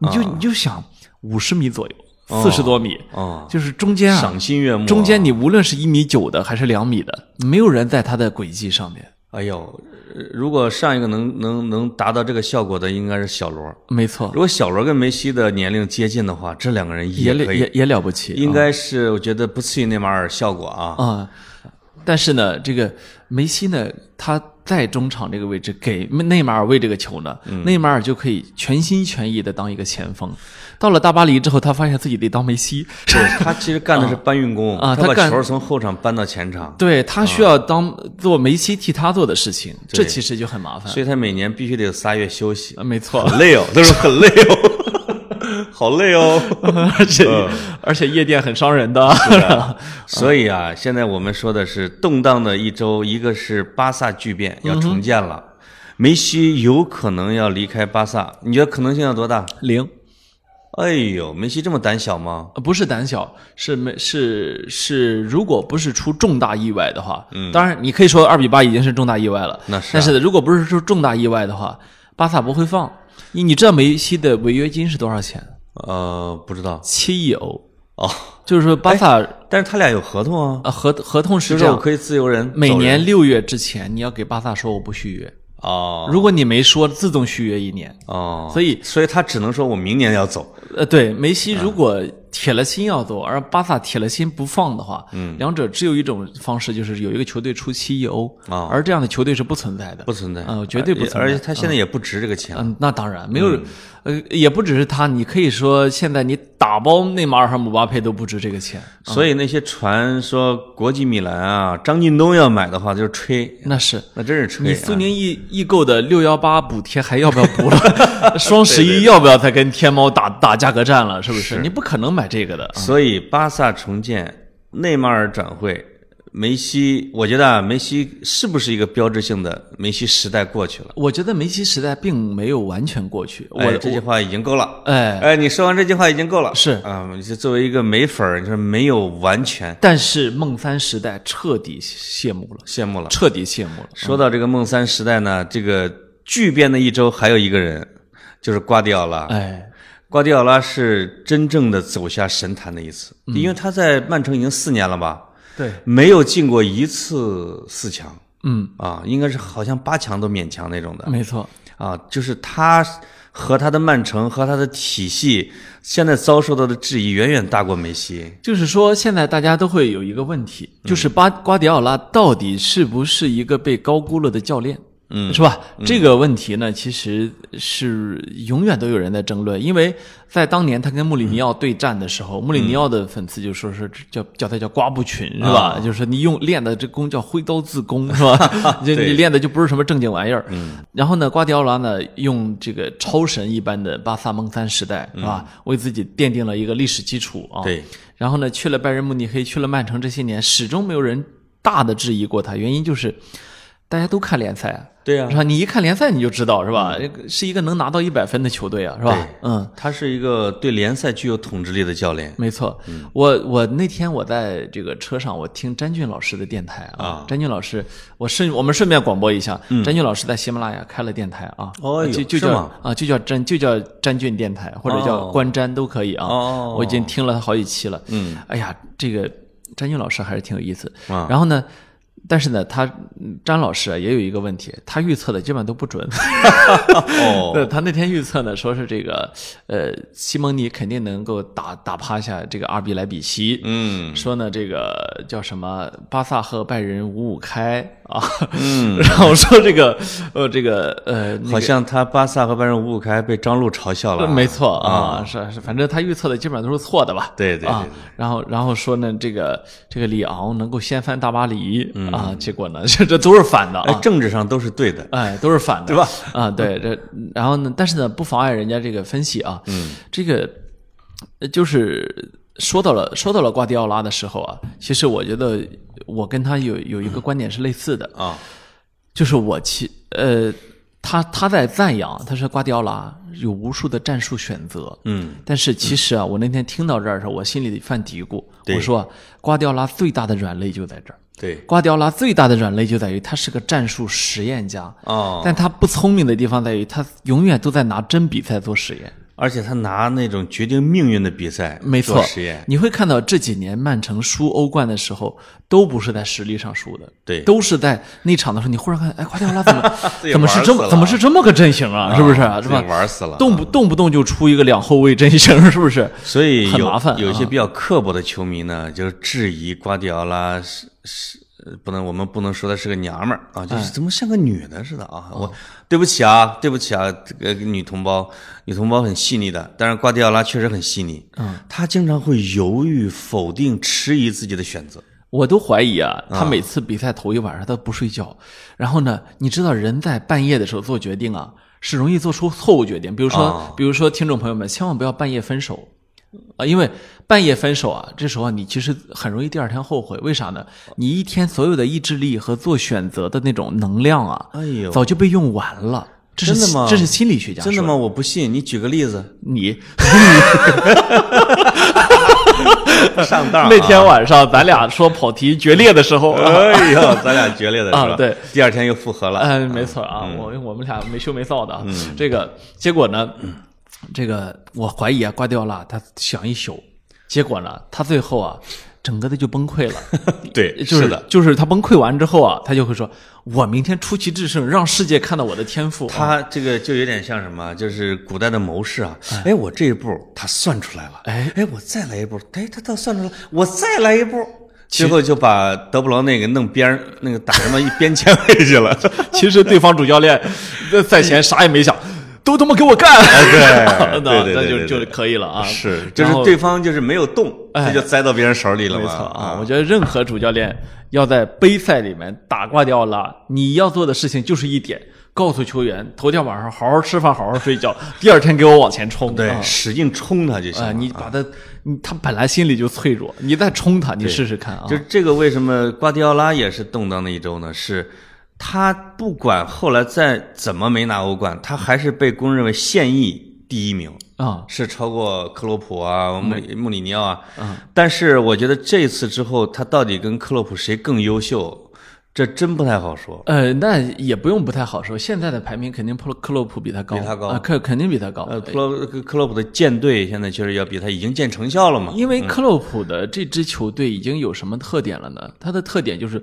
[SPEAKER 1] 哪，
[SPEAKER 2] 你就你就想五十米左右，四十多米，
[SPEAKER 1] 啊哦
[SPEAKER 2] 就是中间啊
[SPEAKER 1] 赏，心悦目啊。
[SPEAKER 2] 中间你无论是一米九的还是两米的，没有人在他的轨迹上面。
[SPEAKER 1] 哎呦，呃如果上一个能能能达到这个效果的，应该是小罗。
[SPEAKER 2] 没错
[SPEAKER 1] 如，果小罗跟梅西的年龄接近的话，这两个人
[SPEAKER 2] 也了
[SPEAKER 1] 可以，
[SPEAKER 2] 也也了不起，
[SPEAKER 1] 应该是我觉得不次于内马尔效果啊。
[SPEAKER 2] 啊、但是呢，这个梅西呢，他在中场这个位置给内马尔喂这个球呢，
[SPEAKER 1] 嗯
[SPEAKER 2] 内马尔就可以全心全意的当一个前锋。到了大巴黎之后，他发现自己得当梅西，
[SPEAKER 1] 对他其实干的是搬运工，
[SPEAKER 2] 啊
[SPEAKER 1] 他
[SPEAKER 2] 他
[SPEAKER 1] 把
[SPEAKER 2] 干
[SPEAKER 1] 球从后场搬到前场，
[SPEAKER 2] 对他需
[SPEAKER 1] 啊
[SPEAKER 2] 要当做梅西替他做的事情，这其实就很麻烦。
[SPEAKER 1] 所以他每年必须得有仨月休息
[SPEAKER 2] 呃。没错，
[SPEAKER 1] 好累哦，他说很累哦， 好累哦。
[SPEAKER 2] 而且、而且夜店很伤人的，
[SPEAKER 1] 所以啊，现在我们说的是动荡的一周，一个是巴萨巨变
[SPEAKER 2] 嗯
[SPEAKER 1] 要重建了，梅西有可能要离开巴萨，你觉得可能性有多大？
[SPEAKER 2] 零。
[SPEAKER 1] 哎呦，梅西这么胆小吗？
[SPEAKER 2] 呃不是胆小，是没是是，如果不是出重大意外的话，嗯，当然你可以说二比八已经是重大意外了，
[SPEAKER 1] 那是啊
[SPEAKER 2] 但是如果不是出重大意外的话，巴萨不会放。你你知道梅西的违约金是多少钱？
[SPEAKER 1] 呃，不知道
[SPEAKER 2] 七亿欧，
[SPEAKER 1] 哦，
[SPEAKER 2] 就是说巴萨、
[SPEAKER 1] 但是他俩有合同啊，
[SPEAKER 2] 呃合合同
[SPEAKER 1] 哎就是是
[SPEAKER 2] 这
[SPEAKER 1] 我
[SPEAKER 2] 样，
[SPEAKER 1] 可以自由人，
[SPEAKER 2] 每
[SPEAKER 1] 走人
[SPEAKER 2] 年六月之前你要给巴萨说我不续约，
[SPEAKER 1] 哦
[SPEAKER 2] 如果你没说，自动续约一年。
[SPEAKER 1] 哦，
[SPEAKER 2] 所以，
[SPEAKER 1] 所以他只能说我明年要走，
[SPEAKER 2] 呃，对，梅西
[SPEAKER 1] 嗯
[SPEAKER 2] 如果铁了心要走，而巴萨铁了心不放的话，嗯，两者只有一种方式，就是有一个球队出七亿欧，
[SPEAKER 1] 啊
[SPEAKER 2] 而这样的球队是不存在的，
[SPEAKER 1] 不存在，
[SPEAKER 2] 呃绝对不存在
[SPEAKER 1] 而且他现在啊也不值这个钱了，
[SPEAKER 2] 嗯，那当然没有，呃，也不只是他，你可以说现在你打包内马尔和姆巴佩都不值这个钱，
[SPEAKER 1] 所以那些传说国际米兰啊，张近东要买的话就是吹，
[SPEAKER 2] 那是。
[SPEAKER 1] 那真是吹、
[SPEAKER 2] 你
[SPEAKER 1] 啊。
[SPEAKER 2] 苏宁易易购的六幺八补贴还要不要补了？ 双十一要不要再跟天猫打打价格战了？是不是？你不可能买这个的。
[SPEAKER 1] 所以巴萨重建，内马尔转会，梅西，我觉得啊，梅西是不是一个标志性的梅西时代过去了？
[SPEAKER 2] 我觉得梅西时代并没有完全过去。我
[SPEAKER 1] 哎这句话已经够了。
[SPEAKER 2] 哎，
[SPEAKER 1] 哎，你说完这句话已经够了。
[SPEAKER 2] 是
[SPEAKER 1] 啊，你、这作为一个梅粉儿，你说没有完全
[SPEAKER 2] 但是梦三时代彻底谢幕了，
[SPEAKER 1] 羡慕了。
[SPEAKER 2] 彻底谢幕了。
[SPEAKER 1] 说到这个梦三时代呢，这个巨变的一周还有一个人，就是瓜迪奥拉。
[SPEAKER 2] 哎，
[SPEAKER 1] 瓜迪奥拉是真正的走下神坛的一次，因为他在曼城已经四年了吧，
[SPEAKER 2] 对，
[SPEAKER 1] 没有进过一次四强
[SPEAKER 2] 嗯，
[SPEAKER 1] 啊，应该是好像八强都勉强那种的
[SPEAKER 2] 没错，
[SPEAKER 1] 啊，就是他和他的曼城和他的体系现在遭受到的质疑远远大过梅西。
[SPEAKER 2] 就是说，现在大家都会有一个问题，就是巴瓜迪奥拉到底是不是一个被高估了的教练？嗯，是吧？这个问题呢，其实是永远都有人在争论，因为在当年他跟穆里尼奥对战的时候，穆里尼奥的粉丝就说是叫叫他叫瓜不群，是吧？就是说你用练的这功叫挥刀自宫，是 吧？就你练的就不是什么正经玩意儿。然后呢，瓜迪奥拉呢，用这个超神一般的巴萨蒙三时代，是吧？为自己奠定了一个历史基础啊。
[SPEAKER 1] 对，
[SPEAKER 2] 然后呢，去了拜仁慕尼黑，去了曼城，这些年始终没有人大的质疑过他，原因就是大家都看联赛啊。
[SPEAKER 1] 对呀
[SPEAKER 2] 是吧？你一看联赛你就知道是吧？这个是一个能拿到一百分的球队啊，是吧？嗯，
[SPEAKER 1] 他是一个对联赛具有统治力的教练。
[SPEAKER 2] 没错。
[SPEAKER 1] 嗯
[SPEAKER 2] 我我那天我在这个车上，我听詹俊老师的电台啊
[SPEAKER 1] 啊，嗯
[SPEAKER 2] 詹俊老师，我顺我们顺便广播一下，詹俊老师在喜马拉雅开了电台啊，
[SPEAKER 1] 哦哟
[SPEAKER 2] 就就是叫
[SPEAKER 1] 吗
[SPEAKER 2] 啊就叫詹就叫詹俊电台或者叫
[SPEAKER 1] 哦
[SPEAKER 2] 观詹都可以啊。
[SPEAKER 1] 哦
[SPEAKER 2] 我已经听了他好几期了。
[SPEAKER 1] 嗯，
[SPEAKER 2] 哎呀，这个詹俊老师还是挺有意思。
[SPEAKER 1] 啊
[SPEAKER 2] 然后呢，但是呢，他詹老师啊也有一个问题，他预测的基本上都 不准。对
[SPEAKER 1] 哦，
[SPEAKER 2] 他那天预测呢，说是这个，呃，西蒙尼肯定能够打打趴下这个阿比莱比锡。
[SPEAKER 1] 嗯，
[SPEAKER 2] 说呢，这个叫什么？巴萨和拜仁五五开啊。
[SPEAKER 1] 嗯。
[SPEAKER 2] 然后说这个，呃，这个，呃，那个
[SPEAKER 1] 好像他巴萨和拜仁五五开被张路嘲笑了。
[SPEAKER 2] 没错啊，是是，反正他预测的基本上都是错的吧？
[SPEAKER 1] 对对对
[SPEAKER 2] 啊，然后然后说呢，这个这个里昂能够掀翻大巴黎
[SPEAKER 1] 嗯
[SPEAKER 2] 啊，结果呢， 这这都是反的
[SPEAKER 1] 哎，
[SPEAKER 2] 啊，
[SPEAKER 1] 政治上都是对的。
[SPEAKER 2] 哎，都是反的，
[SPEAKER 1] 对吧？
[SPEAKER 2] 啊，对，这然后呢，但是呢，不妨碍人家这个分析啊，嗯，这个呃就是说到了说到了瓜迪奥拉的时候啊，其实我觉得我跟他有有一个观点是类似的，
[SPEAKER 1] 啊，
[SPEAKER 2] 就是我其呃，他他在赞扬，他说瓜迪奥拉有无数的战术选择，
[SPEAKER 1] 嗯，
[SPEAKER 2] 但是其实啊，我那天听到这儿的时候，我心里犯嘀咕，
[SPEAKER 1] 对
[SPEAKER 2] 我说啊瓜迪奥拉最大的软肋就在这儿，
[SPEAKER 1] 对，
[SPEAKER 2] 瓜迪奥拉最大的软肋就在于他是个战术实验家，
[SPEAKER 1] 哦，
[SPEAKER 2] 但他不聪明的地方在于他永远都在拿真比赛做实验。
[SPEAKER 1] 而且他拿那种决定命运的比赛
[SPEAKER 2] 没
[SPEAKER 1] 做
[SPEAKER 2] 错，
[SPEAKER 1] 实验，
[SPEAKER 2] 你会看到这几年曼城输欧冠的时候，都不是在实力上输的，
[SPEAKER 1] 对
[SPEAKER 2] 都是在那场的时候，你忽然看，哎，瓜迪奥拉怎么
[SPEAKER 1] 自己
[SPEAKER 2] 怎么是这
[SPEAKER 1] 玩死
[SPEAKER 2] 么
[SPEAKER 1] 了
[SPEAKER 2] 怎么是这么个阵型啊？是不是啊？是吧
[SPEAKER 1] 自己？玩死了，
[SPEAKER 2] 动不动不动就出一个两后卫阵型，是不是？
[SPEAKER 1] 所以
[SPEAKER 2] 很
[SPEAKER 1] 有
[SPEAKER 2] 麻烦啊嗯
[SPEAKER 1] 有一些比较刻薄的球迷呢，就是质疑瓜迪奥拉是是呃不能，我们不能说他是个娘们
[SPEAKER 2] 哎
[SPEAKER 1] 儿啊，就是怎么像个女的似的啊。
[SPEAKER 2] 哦
[SPEAKER 1] 我对不起啊，对不起啊，这个女同胞，女同胞很细腻的，但是瓜迪奥拉确实很细腻，嗯，他经常会犹豫、否定、迟疑自己的选择。
[SPEAKER 2] 我都怀疑啊，他每次比赛头一晚上他不睡觉，然后呢，你知道人在半夜的时候做决定啊，是容易做出错误决定。比如说，
[SPEAKER 1] 啊
[SPEAKER 2] 比如说听众朋友们，千万不要半夜分手啊，因为半夜分手啊，这时候啊你其实很容易第二天后悔。为啥呢？你一天所有的意志力和做选择的那种能量啊，
[SPEAKER 1] 哎呦
[SPEAKER 2] 早就被用完了。这是
[SPEAKER 1] 真的吗
[SPEAKER 2] 这是心理学家
[SPEAKER 1] 真的
[SPEAKER 2] 说，
[SPEAKER 1] 吗？我不信，你举个例子
[SPEAKER 2] 你
[SPEAKER 1] 上当、啊。
[SPEAKER 2] 那天晚上咱俩说跑题决裂的时 候，
[SPEAKER 1] 哎呦，咱俩决裂的是吧？
[SPEAKER 2] 啊对，
[SPEAKER 1] 第二天又复 合了。
[SPEAKER 2] 嗯，没错啊，我我们俩没羞没臊的啊。
[SPEAKER 1] 嗯
[SPEAKER 2] 这个结果呢，这个我怀疑啊，瓜迪奥拉他想一宿，结果呢，他最后啊，整个的就崩 溃了。
[SPEAKER 1] 对，
[SPEAKER 2] 就是
[SPEAKER 1] 的，
[SPEAKER 2] 就是他崩溃完之后啊，他就会说：“我明天出奇制胜，让世界看到我的天赋。”啊
[SPEAKER 1] 他这个就有点像什么，就是古代的谋士啊。哎，我这一步他算出来了，
[SPEAKER 2] 哎
[SPEAKER 1] 哎，我再来一步，哎，他倒算出来了，我再来一步，最后就把德布劳内给弄边儿那个打什么一边前卫去 了。
[SPEAKER 2] 其实对方主 教练呃赛前啥也没想，都他妈给我干！
[SPEAKER 1] 哎对
[SPEAKER 2] 那
[SPEAKER 1] 对对
[SPEAKER 2] 那
[SPEAKER 1] 对
[SPEAKER 2] 就
[SPEAKER 1] 对
[SPEAKER 2] 就
[SPEAKER 1] 对
[SPEAKER 2] 可以了啊。
[SPEAKER 1] 是，就
[SPEAKER 2] 然
[SPEAKER 1] 是
[SPEAKER 2] 后
[SPEAKER 1] 对方就是没有动，
[SPEAKER 2] 哎
[SPEAKER 1] 他就栽到别人手里了嘛。
[SPEAKER 2] 没错啊，我觉得任何主教练要在杯赛里面打挂掉了，你要做的事情就是一点，告诉球员头天晚上好好吃饭，好好睡觉，第二天给我往前冲。
[SPEAKER 1] 对，
[SPEAKER 2] 啊
[SPEAKER 1] 使劲冲他就行
[SPEAKER 2] 啊
[SPEAKER 1] 了。
[SPEAKER 2] 你把他，你他本来心里就脆弱，你再冲他，你试试看啊。
[SPEAKER 1] 就是这个为什么瓜迪奥拉也是动荡的一周呢？是他不管后来再怎么没拿欧冠，他还是被公认为现役第一名。
[SPEAKER 2] 啊，
[SPEAKER 1] 是超过克洛普啊、穆
[SPEAKER 2] 嗯
[SPEAKER 1] 里穆里尼奥啊。但是我觉得这次之后，他到底跟克洛普谁更优秀，这真不太好说。
[SPEAKER 2] 呃，那也不用不太好说，现在的排名肯定克洛克洛普比他高，
[SPEAKER 1] 比他高
[SPEAKER 2] 啊，克肯定比他高。
[SPEAKER 1] 呃，克洛克洛普的舰队现在确实要比他已经见成效了嘛。
[SPEAKER 2] 因为克洛普的这支球队已经有什么特点了呢？他的特点就是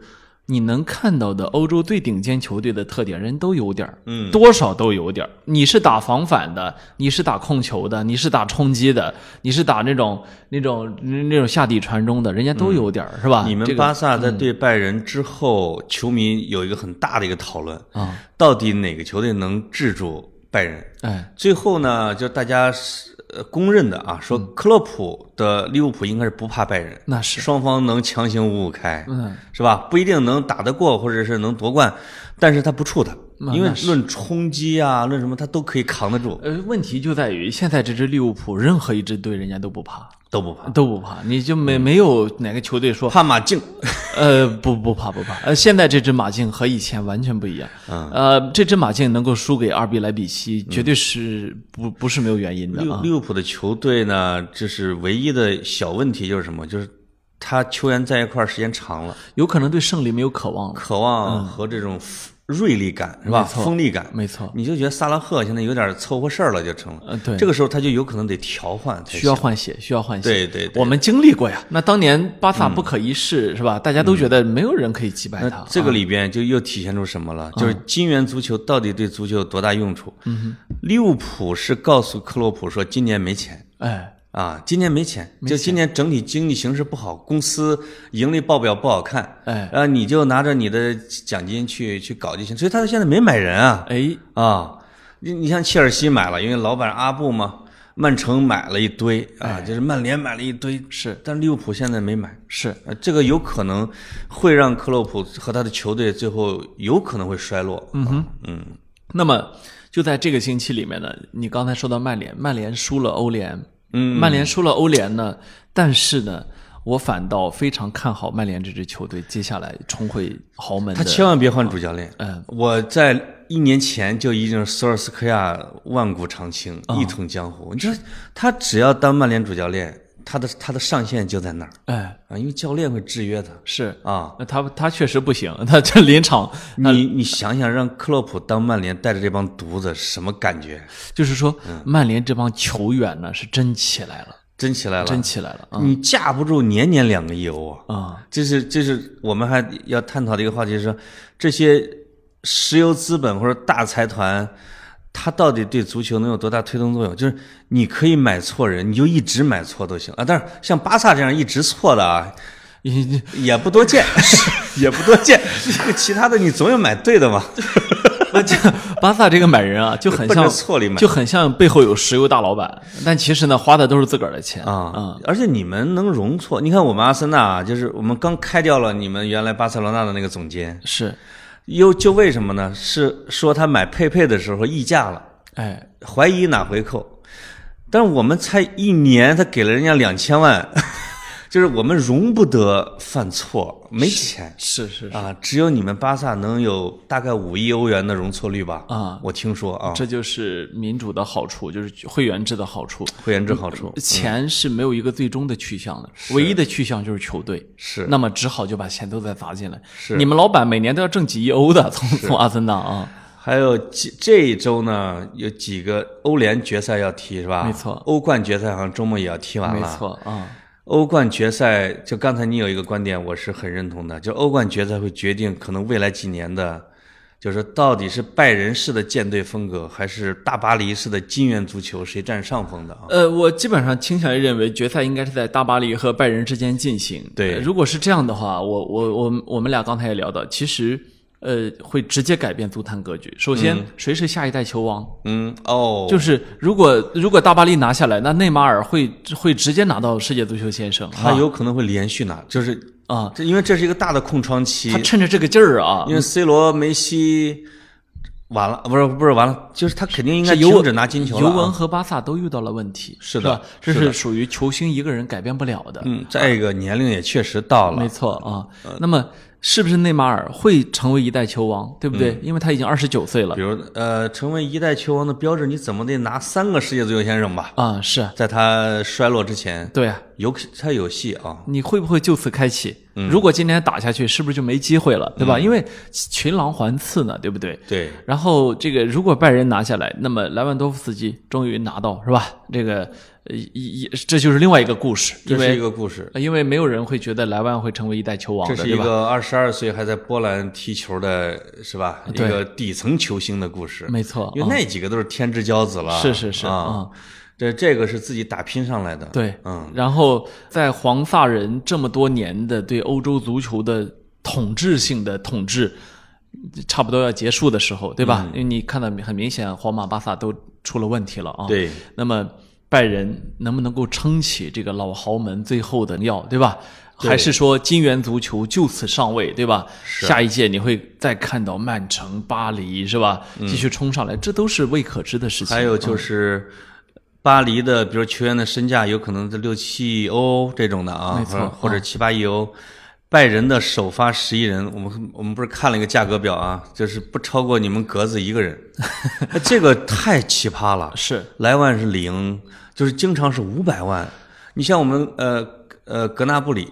[SPEAKER 2] 你能看到的欧洲最顶尖球队的特点，人都有点儿，嗯，多少都有点儿。你是打防反的，你是打控球的，你是打冲击的，你是打那种那种那种下底传中的，人家都有点儿，是吧？
[SPEAKER 1] 嗯你
[SPEAKER 2] 啊这
[SPEAKER 1] 们
[SPEAKER 2] 个嗯
[SPEAKER 1] 巴萨在对拜仁之后，球迷有一个很大的一个讨论啊，到底哪个球队能制住拜仁？
[SPEAKER 2] 哎，
[SPEAKER 1] 最后呢，就大家是呃公认的啊，说
[SPEAKER 2] 嗯
[SPEAKER 1] 克洛普的利物浦应该是不怕拜仁，
[SPEAKER 2] 那是
[SPEAKER 1] 双方能强行五五开，
[SPEAKER 2] 嗯，
[SPEAKER 1] 是吧？不一定能打得过，或者是能夺冠，但是他不怵他，
[SPEAKER 2] 那
[SPEAKER 1] 因为
[SPEAKER 2] 那是
[SPEAKER 1] 论冲击啊，论什么他都可以扛得住，
[SPEAKER 2] 呃，问题就在于现在这支利物浦，任何一支队人家都不怕，
[SPEAKER 1] 都不怕，
[SPEAKER 2] 都不怕，你就
[SPEAKER 1] 嗯
[SPEAKER 2] 没没有哪个球队说
[SPEAKER 1] 怕马竞，
[SPEAKER 2] 呃，不不怕不怕，呃，现在这只马竞和以前完全不一样。
[SPEAKER 1] 嗯
[SPEAKER 2] 呃，这只马竞能够输给二比莱比锡，绝对是不不是没有原因的
[SPEAKER 1] 利物
[SPEAKER 2] 啊。
[SPEAKER 1] 利物浦的球队呢，就是唯一的小问题就是什么？就是他球员在一块儿时间长了，
[SPEAKER 2] 有可能对胜利没有渴望了，
[SPEAKER 1] 渴望和这种锐利感、是吧？
[SPEAKER 2] 嗯没错嗯
[SPEAKER 1] 锋利感，
[SPEAKER 2] 没错，
[SPEAKER 1] 你就觉得萨拉赫现在有点凑合事儿了，就成了。
[SPEAKER 2] 呃对
[SPEAKER 1] 这个时候他就有可能得调换才行，
[SPEAKER 2] 需要换血，需要换血。
[SPEAKER 1] 对对对嗯
[SPEAKER 2] 我们经历过呀。那当年巴萨不可一世、是吧？大家都觉得没有人可以击败他。
[SPEAKER 1] 这个里边就又体现出什么了？就是金元足球到底对足球有多大用处？啊嗯、利物浦是告诉克洛普说今年没钱，
[SPEAKER 2] 哎，
[SPEAKER 1] 啊，今年没钱，就今年整体经济形势不好，公司盈利报表不好看，
[SPEAKER 2] 哎
[SPEAKER 1] 然后你就拿着你的奖金去去搞就行，所以他现在没买人啊，
[SPEAKER 2] 哎，
[SPEAKER 1] 啊，你你像切尔西买了，因为老板阿布嘛，曼城买了一堆啊，就是曼联买了一堆，
[SPEAKER 2] 是
[SPEAKER 1] 但利物浦现在没买，
[SPEAKER 2] 是，
[SPEAKER 1] 呃，这个有可能会让克洛普和他的球队最后有可能会衰落，嗯哼，嗯，
[SPEAKER 2] 那么就在这个星期里面呢，你刚才说到曼联，曼联输了欧联，
[SPEAKER 1] 嗯，
[SPEAKER 2] 曼联输了欧联呢，但是呢，我反倒非常看好曼联这支球队接下来重回豪门的。
[SPEAKER 1] 他千万别换主教练。
[SPEAKER 2] 嗯，
[SPEAKER 1] 呃我在一年前就已经是索尔斯克亚万古长青，一统江湖。你说他只要当曼联主教练，他的他的上限就在那儿
[SPEAKER 2] 哎，
[SPEAKER 1] 啊，因为教练会制约他
[SPEAKER 2] 是，
[SPEAKER 1] 啊。
[SPEAKER 2] 那他他确实不行，他这临场
[SPEAKER 1] 你你想想，让克洛普当曼联带着这帮犊子，什么感觉？
[SPEAKER 2] 就是说，
[SPEAKER 1] 嗯
[SPEAKER 2] 曼联这帮球员呢是真起来了，
[SPEAKER 1] 真起来了，
[SPEAKER 2] 真起来了啊
[SPEAKER 1] 你架不住年年两个亿欧啊！
[SPEAKER 2] 啊！
[SPEAKER 1] 这是这是我们还要探讨的一个话题是说，这些石油资本或者大财团，它到底对足球能有多大推动作用？就是你可以买错人，你就一直买错都行啊。但是像巴萨这样一直错的啊，
[SPEAKER 2] 你你
[SPEAKER 1] 也不多见，也不多见。其他的你总有买对的嘛。
[SPEAKER 2] 那这巴萨这个买人啊，就 很
[SPEAKER 1] 奔
[SPEAKER 2] 像
[SPEAKER 1] 着错里买
[SPEAKER 2] 就很像背后有石油大老板，但其实呢，花的都是自个儿的钱嗯
[SPEAKER 1] 啊，而且你们能容错？你看我们阿森纳啊，就是我们刚开掉了你们原来巴塞罗那的那个总监，
[SPEAKER 2] 是，
[SPEAKER 1] 又就为什么呢？是说他买佩佩的时候溢价了。
[SPEAKER 2] 哎，
[SPEAKER 1] 怀疑拿回扣，但是我们才一年，他给了人家两千万， 就是我们容不得犯错，没钱
[SPEAKER 2] 是是是，
[SPEAKER 1] 啊！只有你们巴萨能有大概五亿欧元的容错率吧？
[SPEAKER 2] 啊，
[SPEAKER 1] 我听说啊，
[SPEAKER 2] 这就是民主的好处，就是会员制的好处。
[SPEAKER 1] 会员制好处
[SPEAKER 2] 嗯钱是没有一个最终的去向的，唯一的去向就是球队。
[SPEAKER 1] 是
[SPEAKER 2] 那么只好就把钱都再砸进来。
[SPEAKER 1] 是
[SPEAKER 2] 你们老板每年都要挣几亿 欧的，从从阿森纳啊，
[SPEAKER 1] 还有这这一周呢，有几个欧联决赛要踢是吧？
[SPEAKER 2] 没错
[SPEAKER 1] 欧冠决赛好像周末也要踢完了。
[SPEAKER 2] 没错啊，
[SPEAKER 1] 欧冠决赛，就刚才你有一个观点，我是很认同的，就欧冠决赛会决定可能未来几年的，就是说到底是拜仁式的舰队风格，还是大巴黎式的金元足球，谁占上风的啊？
[SPEAKER 2] 呃，我基本上倾向于认为决赛应该是在大巴黎和拜仁之间进行。
[SPEAKER 1] 对
[SPEAKER 2] 呃如果是这样的话，我我我们我们俩刚才也聊到，其实呃会直接改变足坛格局。首先，谁是下一代球王？
[SPEAKER 1] 嗯，哦，
[SPEAKER 2] 就是如果如果大巴黎拿下来，那内马尔会会直接拿到世界足球先生。
[SPEAKER 1] 他
[SPEAKER 2] 啊
[SPEAKER 1] 有可能会连续拿，就是
[SPEAKER 2] 啊，
[SPEAKER 1] 这因为这是一个大的空窗期
[SPEAKER 2] 他，趁着这个劲儿啊
[SPEAKER 1] 因，为 C 罗、梅西完了，不是不是完了，就是他肯定应该
[SPEAKER 2] 是尤文
[SPEAKER 1] 停止拿金球了、
[SPEAKER 2] 尤
[SPEAKER 1] 啊。
[SPEAKER 2] 文和巴萨都遇到了问题，
[SPEAKER 1] 是的
[SPEAKER 2] 吧？这
[SPEAKER 1] 是
[SPEAKER 2] 是属于球星一个人改变不了的，
[SPEAKER 1] 嗯，再一个年龄也确实到了
[SPEAKER 2] 没，错啊。那么是不是内马尔会成为一代球王，对不
[SPEAKER 1] 嗯
[SPEAKER 2] 对？因为他已经二十九岁了
[SPEAKER 1] 比如呃，成为一代球王的标志，你怎么得拿三个世界足球先生吧？
[SPEAKER 2] 啊，是啊
[SPEAKER 1] 在他衰落之前，
[SPEAKER 2] 对啊。
[SPEAKER 1] 有他有戏啊。
[SPEAKER 2] 你会不会就此开启？
[SPEAKER 1] 嗯
[SPEAKER 2] 如果今天打下去，是不是就没机会了，对吧？因为群狼环伺呢，对不对？
[SPEAKER 1] 对，
[SPEAKER 2] 然后这个如果拜仁拿下来，那么莱万多夫斯基终于拿到是吧？这个呃一一这就是另外一个故事，
[SPEAKER 1] 这
[SPEAKER 2] 因
[SPEAKER 1] 是一
[SPEAKER 2] 为呃
[SPEAKER 1] 个故事，
[SPEAKER 2] 因为没有人会觉得莱万会成为一代球王
[SPEAKER 1] 这
[SPEAKER 2] 的，
[SPEAKER 1] 是
[SPEAKER 2] 对
[SPEAKER 1] 一
[SPEAKER 2] 吧？
[SPEAKER 1] 个二十二岁还在波兰踢球的，是吧？一
[SPEAKER 2] 对
[SPEAKER 1] 个底层球星的故事，
[SPEAKER 2] 没错
[SPEAKER 1] 因为那几个都是天之骄子了，
[SPEAKER 2] 是是是
[SPEAKER 1] 啊
[SPEAKER 2] 嗯，
[SPEAKER 1] 这这个是自己打拼上来的，
[SPEAKER 2] 啊对，
[SPEAKER 1] 嗯，
[SPEAKER 2] 然后在黄发人这么多年的对欧洲足球的统治性的统治，差不多要结束的时候，对吧？
[SPEAKER 1] 嗯
[SPEAKER 2] 因为你看到很明显，皇马、巴萨都出了问题了啊。
[SPEAKER 1] 对，
[SPEAKER 2] 那么拜仁能不能够撑起这个老豪门最后的药，对吧？
[SPEAKER 1] 对
[SPEAKER 2] 还是说金元足球就此上位，对吧？
[SPEAKER 1] 是
[SPEAKER 2] 下一届你会再看到曼城、巴黎，是吧？继续冲上来，这都是未可知的事
[SPEAKER 1] 嗯
[SPEAKER 2] 情。
[SPEAKER 1] 还有就是巴黎的，比如球员的身价有可能在六七亿欧这种的啊，
[SPEAKER 2] 没
[SPEAKER 1] 或
[SPEAKER 2] 错
[SPEAKER 1] 者或者七八亿欧。拜仁的首发十一人，我们我们不是看了一个价格表啊，就是不超过你们格子一个 人，这个太奇葩了。
[SPEAKER 2] 是
[SPEAKER 1] 莱万是零，就是经常是五百万。你像我们呃呃格纳布里，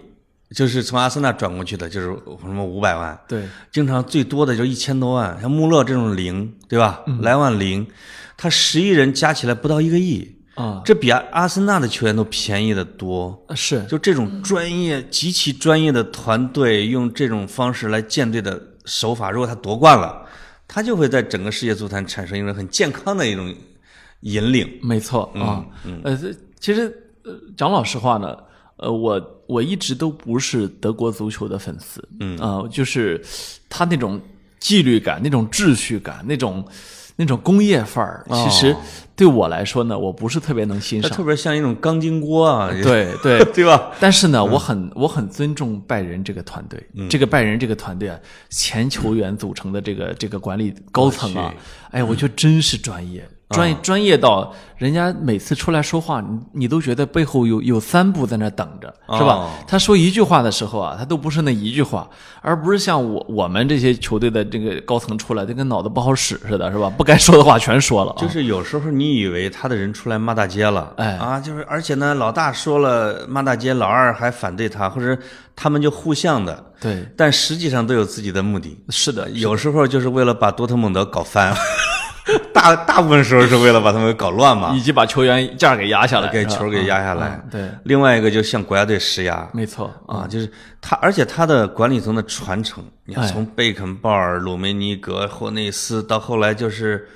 [SPEAKER 1] 就是从阿森纳转过去的，就是什么五百万，
[SPEAKER 2] 对，
[SPEAKER 1] 经常最多的就一千多万，像穆勒这种零，对吧？
[SPEAKER 2] 嗯
[SPEAKER 1] 莱万零，他十一人加起来不到一个亿，
[SPEAKER 2] 啊、
[SPEAKER 1] 这比阿阿森纳的球员都便宜的多。
[SPEAKER 2] 是
[SPEAKER 1] 就这种专业、极其专业的团队，用这种方式来建队的手法，如果他夺冠了，他就会在整个世界足坛产生一种很健康的一种引领。
[SPEAKER 2] 没错啊，呃，这其实呃讲老实话呢，呃，我我一直都不是德国足球的粉丝，嗯啊、就是他那种纪律感、那种秩序感、那种那种工业范儿，其实对我来说呢，我不是特别能欣
[SPEAKER 1] 它
[SPEAKER 2] 赏。
[SPEAKER 1] 特别像一种钢筋锅啊，也
[SPEAKER 2] 对对
[SPEAKER 1] 对吧？
[SPEAKER 2] 但是呢，我很我很尊重拜仁这个团队，这个拜仁这个团队啊，前球员组成的这个这个管理高层啊，哎呀，我嗯啊觉得真是专业，专业专业到人家每次出来说话，你你都觉得背后有有三步在那等着，是吧
[SPEAKER 1] 哦？
[SPEAKER 2] 他说一句话的时候啊，他都不是那一句话，而不是像我我们这些球队的这个高层出来，就跟脑子不好使似的，是吧？不该说的话全说了啊，
[SPEAKER 1] 就是有时候你以为他的人出来骂大街了，
[SPEAKER 2] 哎
[SPEAKER 1] 啊，就是而且呢，老大说了骂大街，老二还反对他，或者他们就互相的，
[SPEAKER 2] 对，
[SPEAKER 1] 但实际上都有自己的目的。
[SPEAKER 2] 是的，
[SPEAKER 1] 有时候就是为了把多特蒙德搞翻， 大大部分时候是为了把他们搞乱嘛，
[SPEAKER 2] 以及把球员价给压下来，
[SPEAKER 1] 给
[SPEAKER 2] 是吧
[SPEAKER 1] 球给压下来。
[SPEAKER 2] 嗯对，
[SPEAKER 1] 另外一个就向国家队施压，
[SPEAKER 2] 没错啊。
[SPEAKER 1] 啊，就是他，而且他的管理层的传承，你看
[SPEAKER 2] 哎
[SPEAKER 1] 从贝肯鲍尔、鲁梅尼格、霍内斯到后来就是，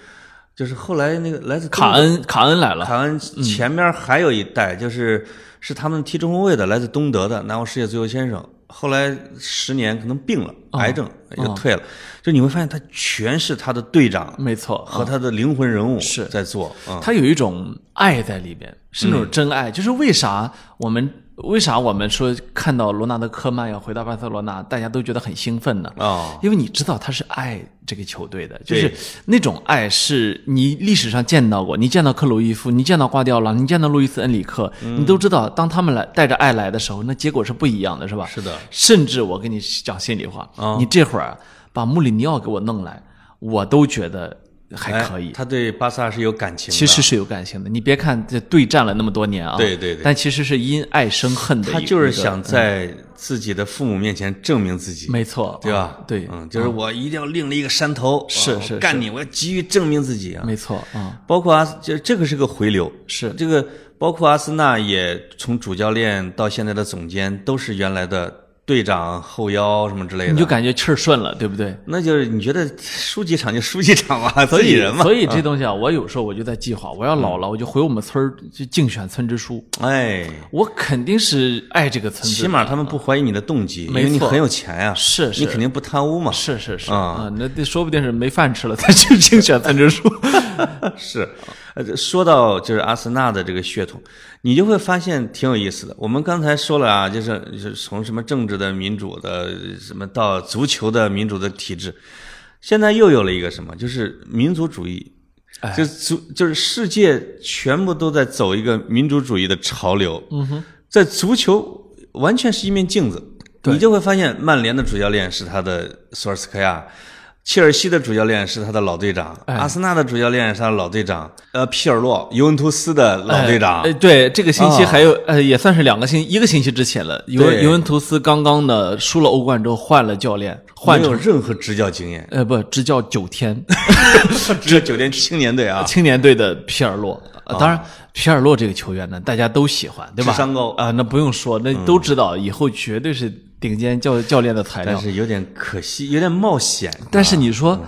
[SPEAKER 1] 就是后来那个来自
[SPEAKER 2] 卡恩，卡恩来了，
[SPEAKER 1] 卡恩前面还有一代，就是是他们踢中后卫的，来自东德的拿过世界足球先生，后来十年可能病了，
[SPEAKER 2] 哦
[SPEAKER 1] 癌症也就退了，就你会发现他全是他的队长
[SPEAKER 2] 没错，
[SPEAKER 1] 和他的灵魂人物
[SPEAKER 2] 哦是
[SPEAKER 1] 在做啊，
[SPEAKER 2] 他有一种爱在里边，是那种真爱。就是为啥我们为啥我们说看到罗纳德科曼要回到巴塞罗那，大家都觉得很兴奋呢？
[SPEAKER 1] 哦
[SPEAKER 2] 因为你知道他是爱这个球队的，就
[SPEAKER 1] 对
[SPEAKER 2] 是那种爱是你历史上见到过，你见到克鲁伊夫，你见到瓜迪奥拉，你见到路易斯恩里克，
[SPEAKER 1] 嗯
[SPEAKER 2] 你都知道，当他们来带着爱来的时候，那结果是不一样的，是吧？
[SPEAKER 1] 是的嗯
[SPEAKER 2] 甚至我跟你讲心里话，你这会儿把穆里尼奥给我弄来，我都觉得还可以
[SPEAKER 1] 哎。他对巴萨是有感情的，
[SPEAKER 2] 其实是有感情的。你别看这对战了那么多年啊，
[SPEAKER 1] 对对对
[SPEAKER 2] 但其实是因爱生恨的一个。
[SPEAKER 1] 他就是
[SPEAKER 2] 一
[SPEAKER 1] 想在自己的父母面前证明自己
[SPEAKER 2] 个，。没错，
[SPEAKER 1] 对吧
[SPEAKER 2] 啊？对，
[SPEAKER 1] 嗯，就是我一定要另了一个山头，
[SPEAKER 2] 是
[SPEAKER 1] 啊
[SPEAKER 2] 是
[SPEAKER 1] 我干你，我要急于证明自己啊！
[SPEAKER 2] 没错啊，
[SPEAKER 1] 包括阿斯，这这个是个回流，
[SPEAKER 2] 是
[SPEAKER 1] 这个包括阿森纳也从主教练到现在的总监都是原来的队长、后腰什么之类的，
[SPEAKER 2] 你就感觉气儿顺了，对不对？
[SPEAKER 1] 那就是你觉得输几场就输几场 吧，自己人嘛，嗯
[SPEAKER 2] 所以这东西啊，我有时候我就在计划，我要老了，我就回我们村儿去竞选村支书。
[SPEAKER 1] 哎，
[SPEAKER 2] 我肯定是爱这个村
[SPEAKER 1] 起
[SPEAKER 2] 子，
[SPEAKER 1] 码他们不怀疑你的动机，因
[SPEAKER 2] 啊没
[SPEAKER 1] 为你
[SPEAKER 2] 错
[SPEAKER 1] 很有钱呀，
[SPEAKER 2] 是是
[SPEAKER 1] 你肯定不贪污嘛，
[SPEAKER 2] 是是是
[SPEAKER 1] 啊
[SPEAKER 2] 啊，那得说不定是没饭吃了才去竞选村支书。
[SPEAKER 1] 是，呃，说到就是阿森纳的这个血统，你就会发现挺有意思的。我们刚才说了啊，就是就是从什么政治的、民主的，什么到足球的民主的体制，现在又有了一个什么，就是民族主义，就足就是世界全部都在走一个民主主义的潮流。嗯哼，在足球完全是一面镜子，你就会发现曼联的主教练是他的索尔斯克亚。切尔西的主教练是他的老队长，阿森纳的主教练是他的老队长，呃，皮尔洛，尤文图斯啊的老队长，
[SPEAKER 2] 哎，对，这个星期
[SPEAKER 1] 啊
[SPEAKER 2] 还有、呃，也算是两个星一个星期之前了。尤
[SPEAKER 1] 对
[SPEAKER 2] 文尤文图斯刚刚呢输了欧冠之后换了教练，换
[SPEAKER 1] 没
[SPEAKER 2] 成
[SPEAKER 1] 有任何执教经验，
[SPEAKER 2] 呃不执教九天
[SPEAKER 1] 只有九天青年队啊，啊
[SPEAKER 2] 青年队的皮尔洛呃当然，皮尔洛这个球员呢，大家都喜欢，对吧？
[SPEAKER 1] 智商高嗯
[SPEAKER 2] 啊、那不用说，那都知道，以后绝对是顶尖教教练的材料
[SPEAKER 1] 但。是有啊嗯点可惜，有点冒险。
[SPEAKER 2] 但是你说、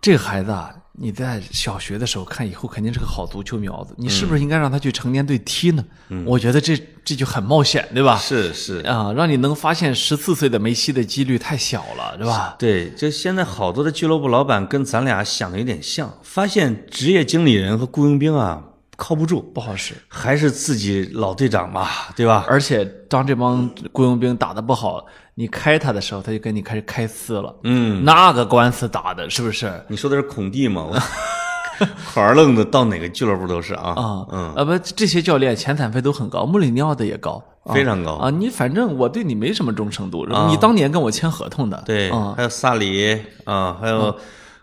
[SPEAKER 2] 这个孩子啊，你在小学的时候看，以后肯定是个好足球苗子，你是
[SPEAKER 1] 嗯
[SPEAKER 2] 不是应该让他去成年队踢呢？我觉得这这就很冒险，对吧？
[SPEAKER 1] 是是，
[SPEAKER 2] 啊，让你能发现十四岁的梅西的几率太小了，对吧？
[SPEAKER 1] 对，就现在好多的俱乐部老板跟咱俩想的有点像，发现职业经理人和雇佣兵啊靠不住，
[SPEAKER 2] 不好使。
[SPEAKER 1] 还是自己老队长吧， 对吧？
[SPEAKER 2] 而且当这帮雇佣兵打得不好，你开他的时候，他就跟你开始开撕了。嗯，那个官司打的是不是？
[SPEAKER 1] 你说的是孔蒂吗？我 口儿愣子到哪个俱乐部都是啊，
[SPEAKER 2] 啊，嗯，啊不，这些教练遣散费都很高，穆里尼奥的也高，啊
[SPEAKER 1] 非常高
[SPEAKER 2] 啊。你反正我对你没什么忠诚度，你当年跟我签合同的，
[SPEAKER 1] 哦对，
[SPEAKER 2] 啊，
[SPEAKER 1] 还有萨里啊，还有。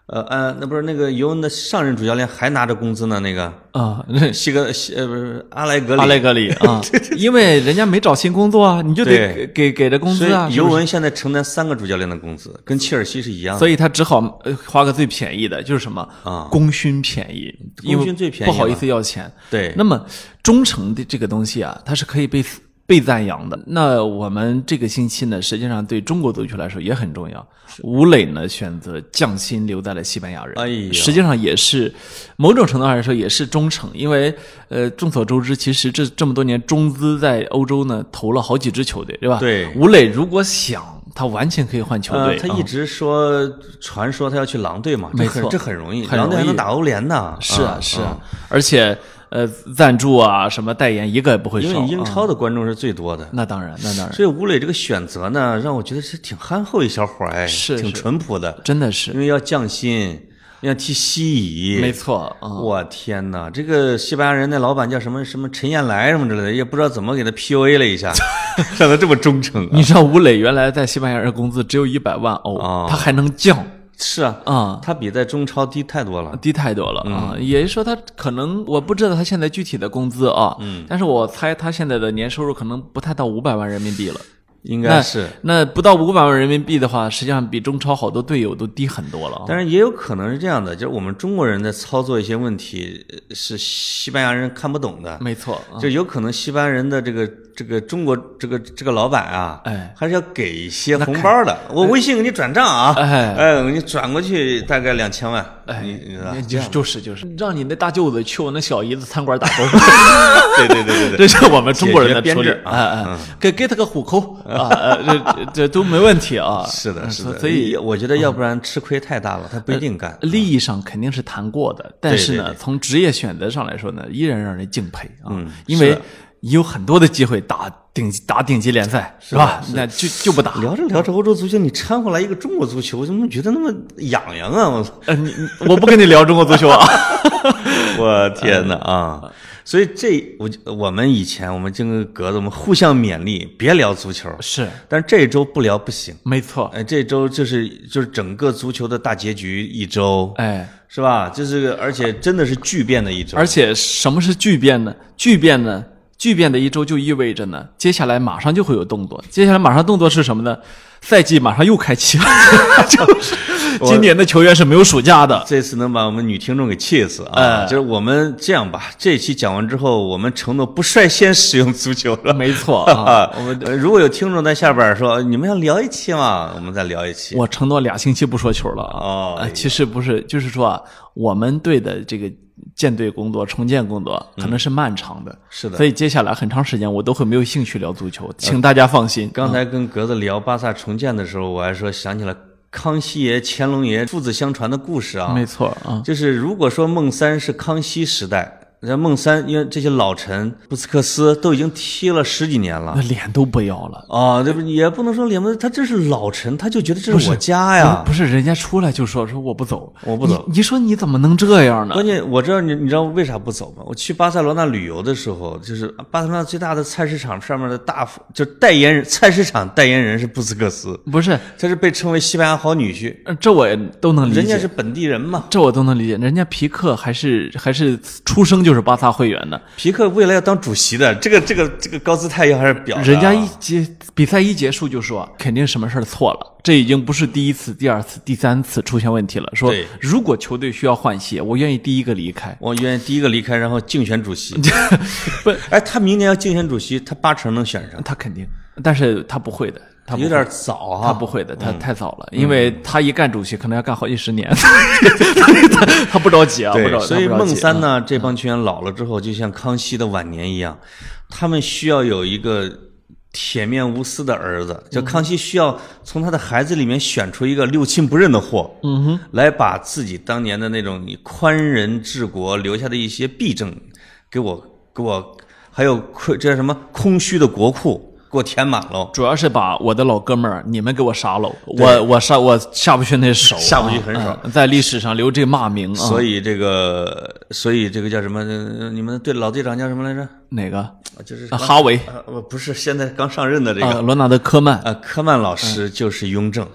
[SPEAKER 1] 呃呃，那不是那个尤文的上任主教练还拿着工资呢，那个
[SPEAKER 2] 啊，
[SPEAKER 1] 西格西呃不是阿莱格里，
[SPEAKER 2] 阿莱格里 啊，因为人家没找新工作啊，你就得
[SPEAKER 1] 对
[SPEAKER 2] 给给给着工
[SPEAKER 1] 所
[SPEAKER 2] 资啊，
[SPEAKER 1] 以
[SPEAKER 2] 是
[SPEAKER 1] 尤
[SPEAKER 2] 不是
[SPEAKER 1] 文现在承担三个主教练的工资，跟切尔西是一样的。
[SPEAKER 2] 所以他只好呃花个最便宜的，就是什么
[SPEAKER 1] 啊
[SPEAKER 2] 功勋便宜，
[SPEAKER 1] 功
[SPEAKER 2] 因为
[SPEAKER 1] 勋最便宜
[SPEAKER 2] 不好意
[SPEAKER 1] 了
[SPEAKER 2] 思要钱。
[SPEAKER 1] 对
[SPEAKER 2] 那么忠诚的这个东西啊，它是可以被被赞扬的。那我们这个星期呢，实际上对中国足球来说也很重要。吴磊呢选择降薪留在了西班牙人，
[SPEAKER 1] 哎呀
[SPEAKER 2] 实际上也是某种程度上来说也是忠诚，因为呃众所周知，其实这这么多年中资在欧洲呢投了好几支球队，对吧？
[SPEAKER 1] 对
[SPEAKER 2] 吴磊如果想，他完全可以换球
[SPEAKER 1] 呃，
[SPEAKER 2] 队。
[SPEAKER 1] 他一
[SPEAKER 2] 啊
[SPEAKER 1] 直说，传说他要去狼队嘛，这
[SPEAKER 2] 没
[SPEAKER 1] 很
[SPEAKER 2] 错
[SPEAKER 1] 这很容易，
[SPEAKER 2] 很
[SPEAKER 1] 狼队还
[SPEAKER 2] 容易
[SPEAKER 1] 能打欧联呢。
[SPEAKER 2] 是啊
[SPEAKER 1] 嗯，
[SPEAKER 2] 是啊，而且呃，赞助啊，什么代言一个也不会
[SPEAKER 1] 嗯因
[SPEAKER 2] 少
[SPEAKER 1] 为。英
[SPEAKER 2] 啊
[SPEAKER 1] 超的观众是最多的，
[SPEAKER 2] 那当然，那当然，
[SPEAKER 1] 所以吴磊这个选择呢，让我觉得是挺憨厚一小伙儿，哎，
[SPEAKER 2] 是
[SPEAKER 1] 挺
[SPEAKER 2] 是
[SPEAKER 1] 淳朴的，
[SPEAKER 2] 真的
[SPEAKER 1] 因
[SPEAKER 2] 是
[SPEAKER 1] 为要降薪，要踢西乙，
[SPEAKER 2] 没错啊。
[SPEAKER 1] 我天哪！这个西班牙人那老板叫什么什么陈彦来什么之类的，也不知道怎么给他 PUA 了一 下，让他这么忠诚啊！
[SPEAKER 2] 你知道吴磊原来在西班牙人工资只有一百万欧
[SPEAKER 1] 啊，
[SPEAKER 2] 他还能降
[SPEAKER 1] 是啊，
[SPEAKER 2] 啊，
[SPEAKER 1] 他比在中超低太多了。
[SPEAKER 2] 低太多了啊。
[SPEAKER 1] 嗯
[SPEAKER 2] 也就是说，他可能我不知道他现在具体的工资啊，
[SPEAKER 1] 嗯
[SPEAKER 2] 但是我猜他现在的年收入可能不太到五百万人民币了。
[SPEAKER 1] 应
[SPEAKER 2] 那
[SPEAKER 1] 该是，
[SPEAKER 2] 那不到五百万人民币的话，实际上比中超好多队友都低很多了啊。
[SPEAKER 1] 但是也有可能是这样的，就是我们中国人在操作一些问题呃是西班牙人看不懂的，
[SPEAKER 2] 没错啊，
[SPEAKER 1] 就有可能西班牙人的这个这个中国这个这个老板啊，
[SPEAKER 2] 哎，
[SPEAKER 1] 还是要给一些红包的。我微信给你转账啊，
[SPEAKER 2] 哎
[SPEAKER 1] 哎，我给你转过去大概两千万，
[SPEAKER 2] 哎
[SPEAKER 1] 你啊你知道吧？
[SPEAKER 2] 就是就是就是，让你那大舅子去我那小姨子餐馆打工，
[SPEAKER 1] 对对对对对，
[SPEAKER 2] 这是我们中国人的
[SPEAKER 1] 解决
[SPEAKER 2] 处
[SPEAKER 1] 编
[SPEAKER 2] 理
[SPEAKER 1] 制啊
[SPEAKER 2] 哎哎，给给他个虎 口啊，哎这这这都没问题啊。
[SPEAKER 1] 是的，
[SPEAKER 2] 嗯
[SPEAKER 1] 是的，
[SPEAKER 2] 所以嗯呃
[SPEAKER 1] 我觉得要不然吃亏太大了，他不一定干。
[SPEAKER 2] 利益上肯定是谈过的，但是
[SPEAKER 1] 对嗯
[SPEAKER 2] 呢，
[SPEAKER 1] 对
[SPEAKER 2] 从职业选择上来说呢，依然让人敬佩啊，因为有很多的机会打顶打顶级联赛是吧？那就就不打。
[SPEAKER 1] 聊着聊着欧洲足球，你掺和来一个中国足球，我怎么觉得那么痒痒啊？我操！
[SPEAKER 2] 呃，你你我不跟你聊中国足球啊。
[SPEAKER 1] 我天哪
[SPEAKER 2] 哎
[SPEAKER 1] 啊！所以这我就我们以前我们这个格子，我们互相勉励，别聊足球。
[SPEAKER 2] 是，
[SPEAKER 1] 但这周不聊不行，
[SPEAKER 2] 没错。
[SPEAKER 1] 哎，这周就是就是整个足球的大结局一周，
[SPEAKER 2] 哎，
[SPEAKER 1] 是吧？就是而且真的是巨变的一周，
[SPEAKER 2] 而且什么是巨变呢？巨变呢？巨变的一周就意味着呢，接下来马上就会有动作。接下来马上动作是什么呢？赛季马上又开启了， 就是今年的球员是没有暑假 的。
[SPEAKER 1] 这次能把我们女听众给气死
[SPEAKER 2] 哎
[SPEAKER 1] 啊！就是我们这样吧，这期讲完之后，我们承诺不率先使用足球了。
[SPEAKER 2] 没错啊，我们
[SPEAKER 1] 呃 如果有听众在下边说你们要聊一期嘛，我们再聊一期。
[SPEAKER 2] 我承诺俩星期不说球了啊。
[SPEAKER 1] 哦
[SPEAKER 2] 呃其实不是，就是说啊，我们队的这个建队工作、重建工作可能是漫长的，
[SPEAKER 1] 嗯是的
[SPEAKER 2] 所以接下来很长时间我都会没有兴趣聊足球，请大家放心。
[SPEAKER 1] 刚才跟格子聊巴萨重建的时候，我还说想起了康熙爷、乾隆爷父子相传的故事啊。
[SPEAKER 2] 没错啊，
[SPEAKER 1] 就是如果说孟三是康熙时代，那孟三因为这些老臣布斯克斯都已经踢了十几年了
[SPEAKER 2] 那。脸都不要了。
[SPEAKER 1] 啊，对不？也不能说脸不，他这是老臣，他就觉得这是我家哎呀。
[SPEAKER 2] 不是人家出来就说说我不走，
[SPEAKER 1] 我不走
[SPEAKER 2] 你。你说你怎么能这样呢？
[SPEAKER 1] 关键我知道你，你知道为啥不走吗？我去巴塞罗那旅游的时候，就是巴塞罗那最大的菜市场上面的大，就代言人，菜市场代言人是布斯克斯，
[SPEAKER 2] 不是，
[SPEAKER 1] 他是被称为西班牙好女婿，
[SPEAKER 2] 呃这我也都能理
[SPEAKER 1] 人家
[SPEAKER 2] 解，
[SPEAKER 1] 是本地人嘛。
[SPEAKER 2] 这我都能理解。人家皮克还是还是出生就是巴萨会员的，
[SPEAKER 1] 皮克未来要当主席的，这个这个这个高姿态要还是表的啊
[SPEAKER 2] 人家一结比赛一结束就说，肯定什么事儿错了，这已经不是第一次、第二次、第三次出现问题了。说
[SPEAKER 1] 对
[SPEAKER 2] 如果球队需要换血，我愿意第一个离开。
[SPEAKER 1] 我愿意第一个离开，然后竞选主 席。哎，他明年要竞选主席，他八成能选上，
[SPEAKER 2] 他肯定，但是他不会的，他不
[SPEAKER 1] 有点早啊
[SPEAKER 2] 他
[SPEAKER 1] 哈、
[SPEAKER 2] 不会的，
[SPEAKER 1] 嗯
[SPEAKER 2] 他太早了，因为他一干主席可能要干好几十 年，他他不着急啊，不
[SPEAKER 1] 对，
[SPEAKER 2] 着急。
[SPEAKER 1] 所以
[SPEAKER 2] 他不着
[SPEAKER 1] 孟
[SPEAKER 2] 急
[SPEAKER 1] 三呢，这帮球员老了之后，就像康熙的晚年一样，他们需要有一个铁面无私的儿子。就康熙需要从他的孩子里面选出一个六亲不认的货，嗯哼，来把自己当年的那种宽仁治国留下的一些弊政，给我给我，还有亏这叫什么空虚的国库，给我填满喽。
[SPEAKER 2] 主要是把我的老哥们儿，你们给我杀了，我我杀我下不去那手啊，
[SPEAKER 1] 下不去狠手
[SPEAKER 2] 嗯，在历史上留这骂名啊。
[SPEAKER 1] 所以这个，所以这个叫什么？呃你们队老队长叫什么来着？
[SPEAKER 2] 嗯哪个？
[SPEAKER 1] 啊就是
[SPEAKER 2] 啊哈维
[SPEAKER 1] 呃，我不是现在刚上任的这个
[SPEAKER 2] 啊，嗯罗纳德科曼
[SPEAKER 1] 呃，科曼老师就是雍正，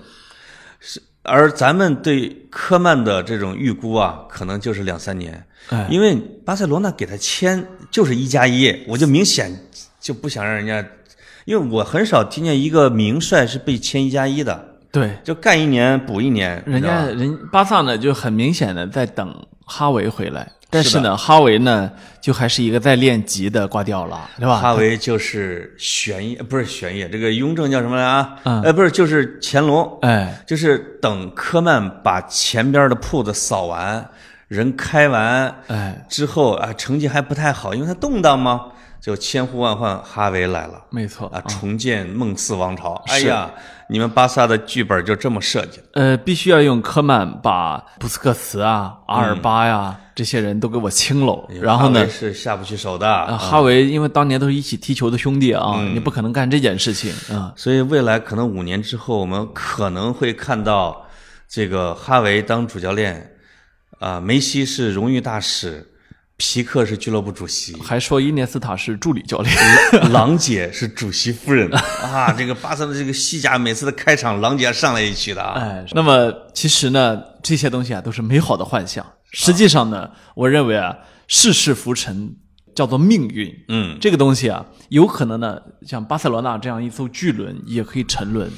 [SPEAKER 1] 是而咱们对科曼的这种预估啊，可能就是两三年，
[SPEAKER 2] 哎
[SPEAKER 1] 因为巴塞罗那给他签就是一加一，我就明显就不想让人家，因为我很少听见一个名帅是被签一加一的，
[SPEAKER 2] 对，
[SPEAKER 1] 就干一年补一年，
[SPEAKER 2] 人
[SPEAKER 1] 你知
[SPEAKER 2] 家
[SPEAKER 1] 道吧
[SPEAKER 2] 人巴萨呢就很明显的在等哈维回来，但是呢，哈维呢就还是一个在练级的瓜迪奥拉，对吧？
[SPEAKER 1] 哈维就是玄烨，不是玄烨，这个雍正叫什么来啊？
[SPEAKER 2] 嗯
[SPEAKER 1] 呃，不是，就是乾隆，
[SPEAKER 2] 哎，
[SPEAKER 1] 就是等科曼把前边的铺子扫完，人开完，
[SPEAKER 2] 哎，
[SPEAKER 1] 之后啊，成绩还不太好，因为它动荡嘛，就千呼万唤，哈维来了
[SPEAKER 2] 没错
[SPEAKER 1] 啊，重建梦四王朝。
[SPEAKER 2] 哦
[SPEAKER 1] 哎呀，你们巴萨的剧本就这么设计的。
[SPEAKER 2] 呃，必须要用科曼把布斯克茨啊、阿尔巴呀、这些人都给我清喽，然
[SPEAKER 1] 哈
[SPEAKER 2] 后呢
[SPEAKER 1] 维。是下不去手的，啊
[SPEAKER 2] 呃哎哈维，因为当年都是一起踢球的兄弟啊，你不可能干这件事情啊、
[SPEAKER 1] 所以未来可能五年之后，我们可能会看到这个哈维当主教练，啊、梅西是荣誉大使，皮克是俱乐部主席，
[SPEAKER 2] 还说伊涅斯塔是助理教练，
[SPEAKER 1] 郎姐是主席夫人啊！这个巴萨的这个西甲每次的开场，郎姐上来一曲的啊。
[SPEAKER 2] 哎， 那么其实呢，这些东西啊都是美好的幻想。实际上呢，我认为啊，世事浮沉叫做命运。
[SPEAKER 1] 嗯，
[SPEAKER 2] 这个东西啊，有可能呢，像巴塞罗那这样一艘巨轮也可以沉沦，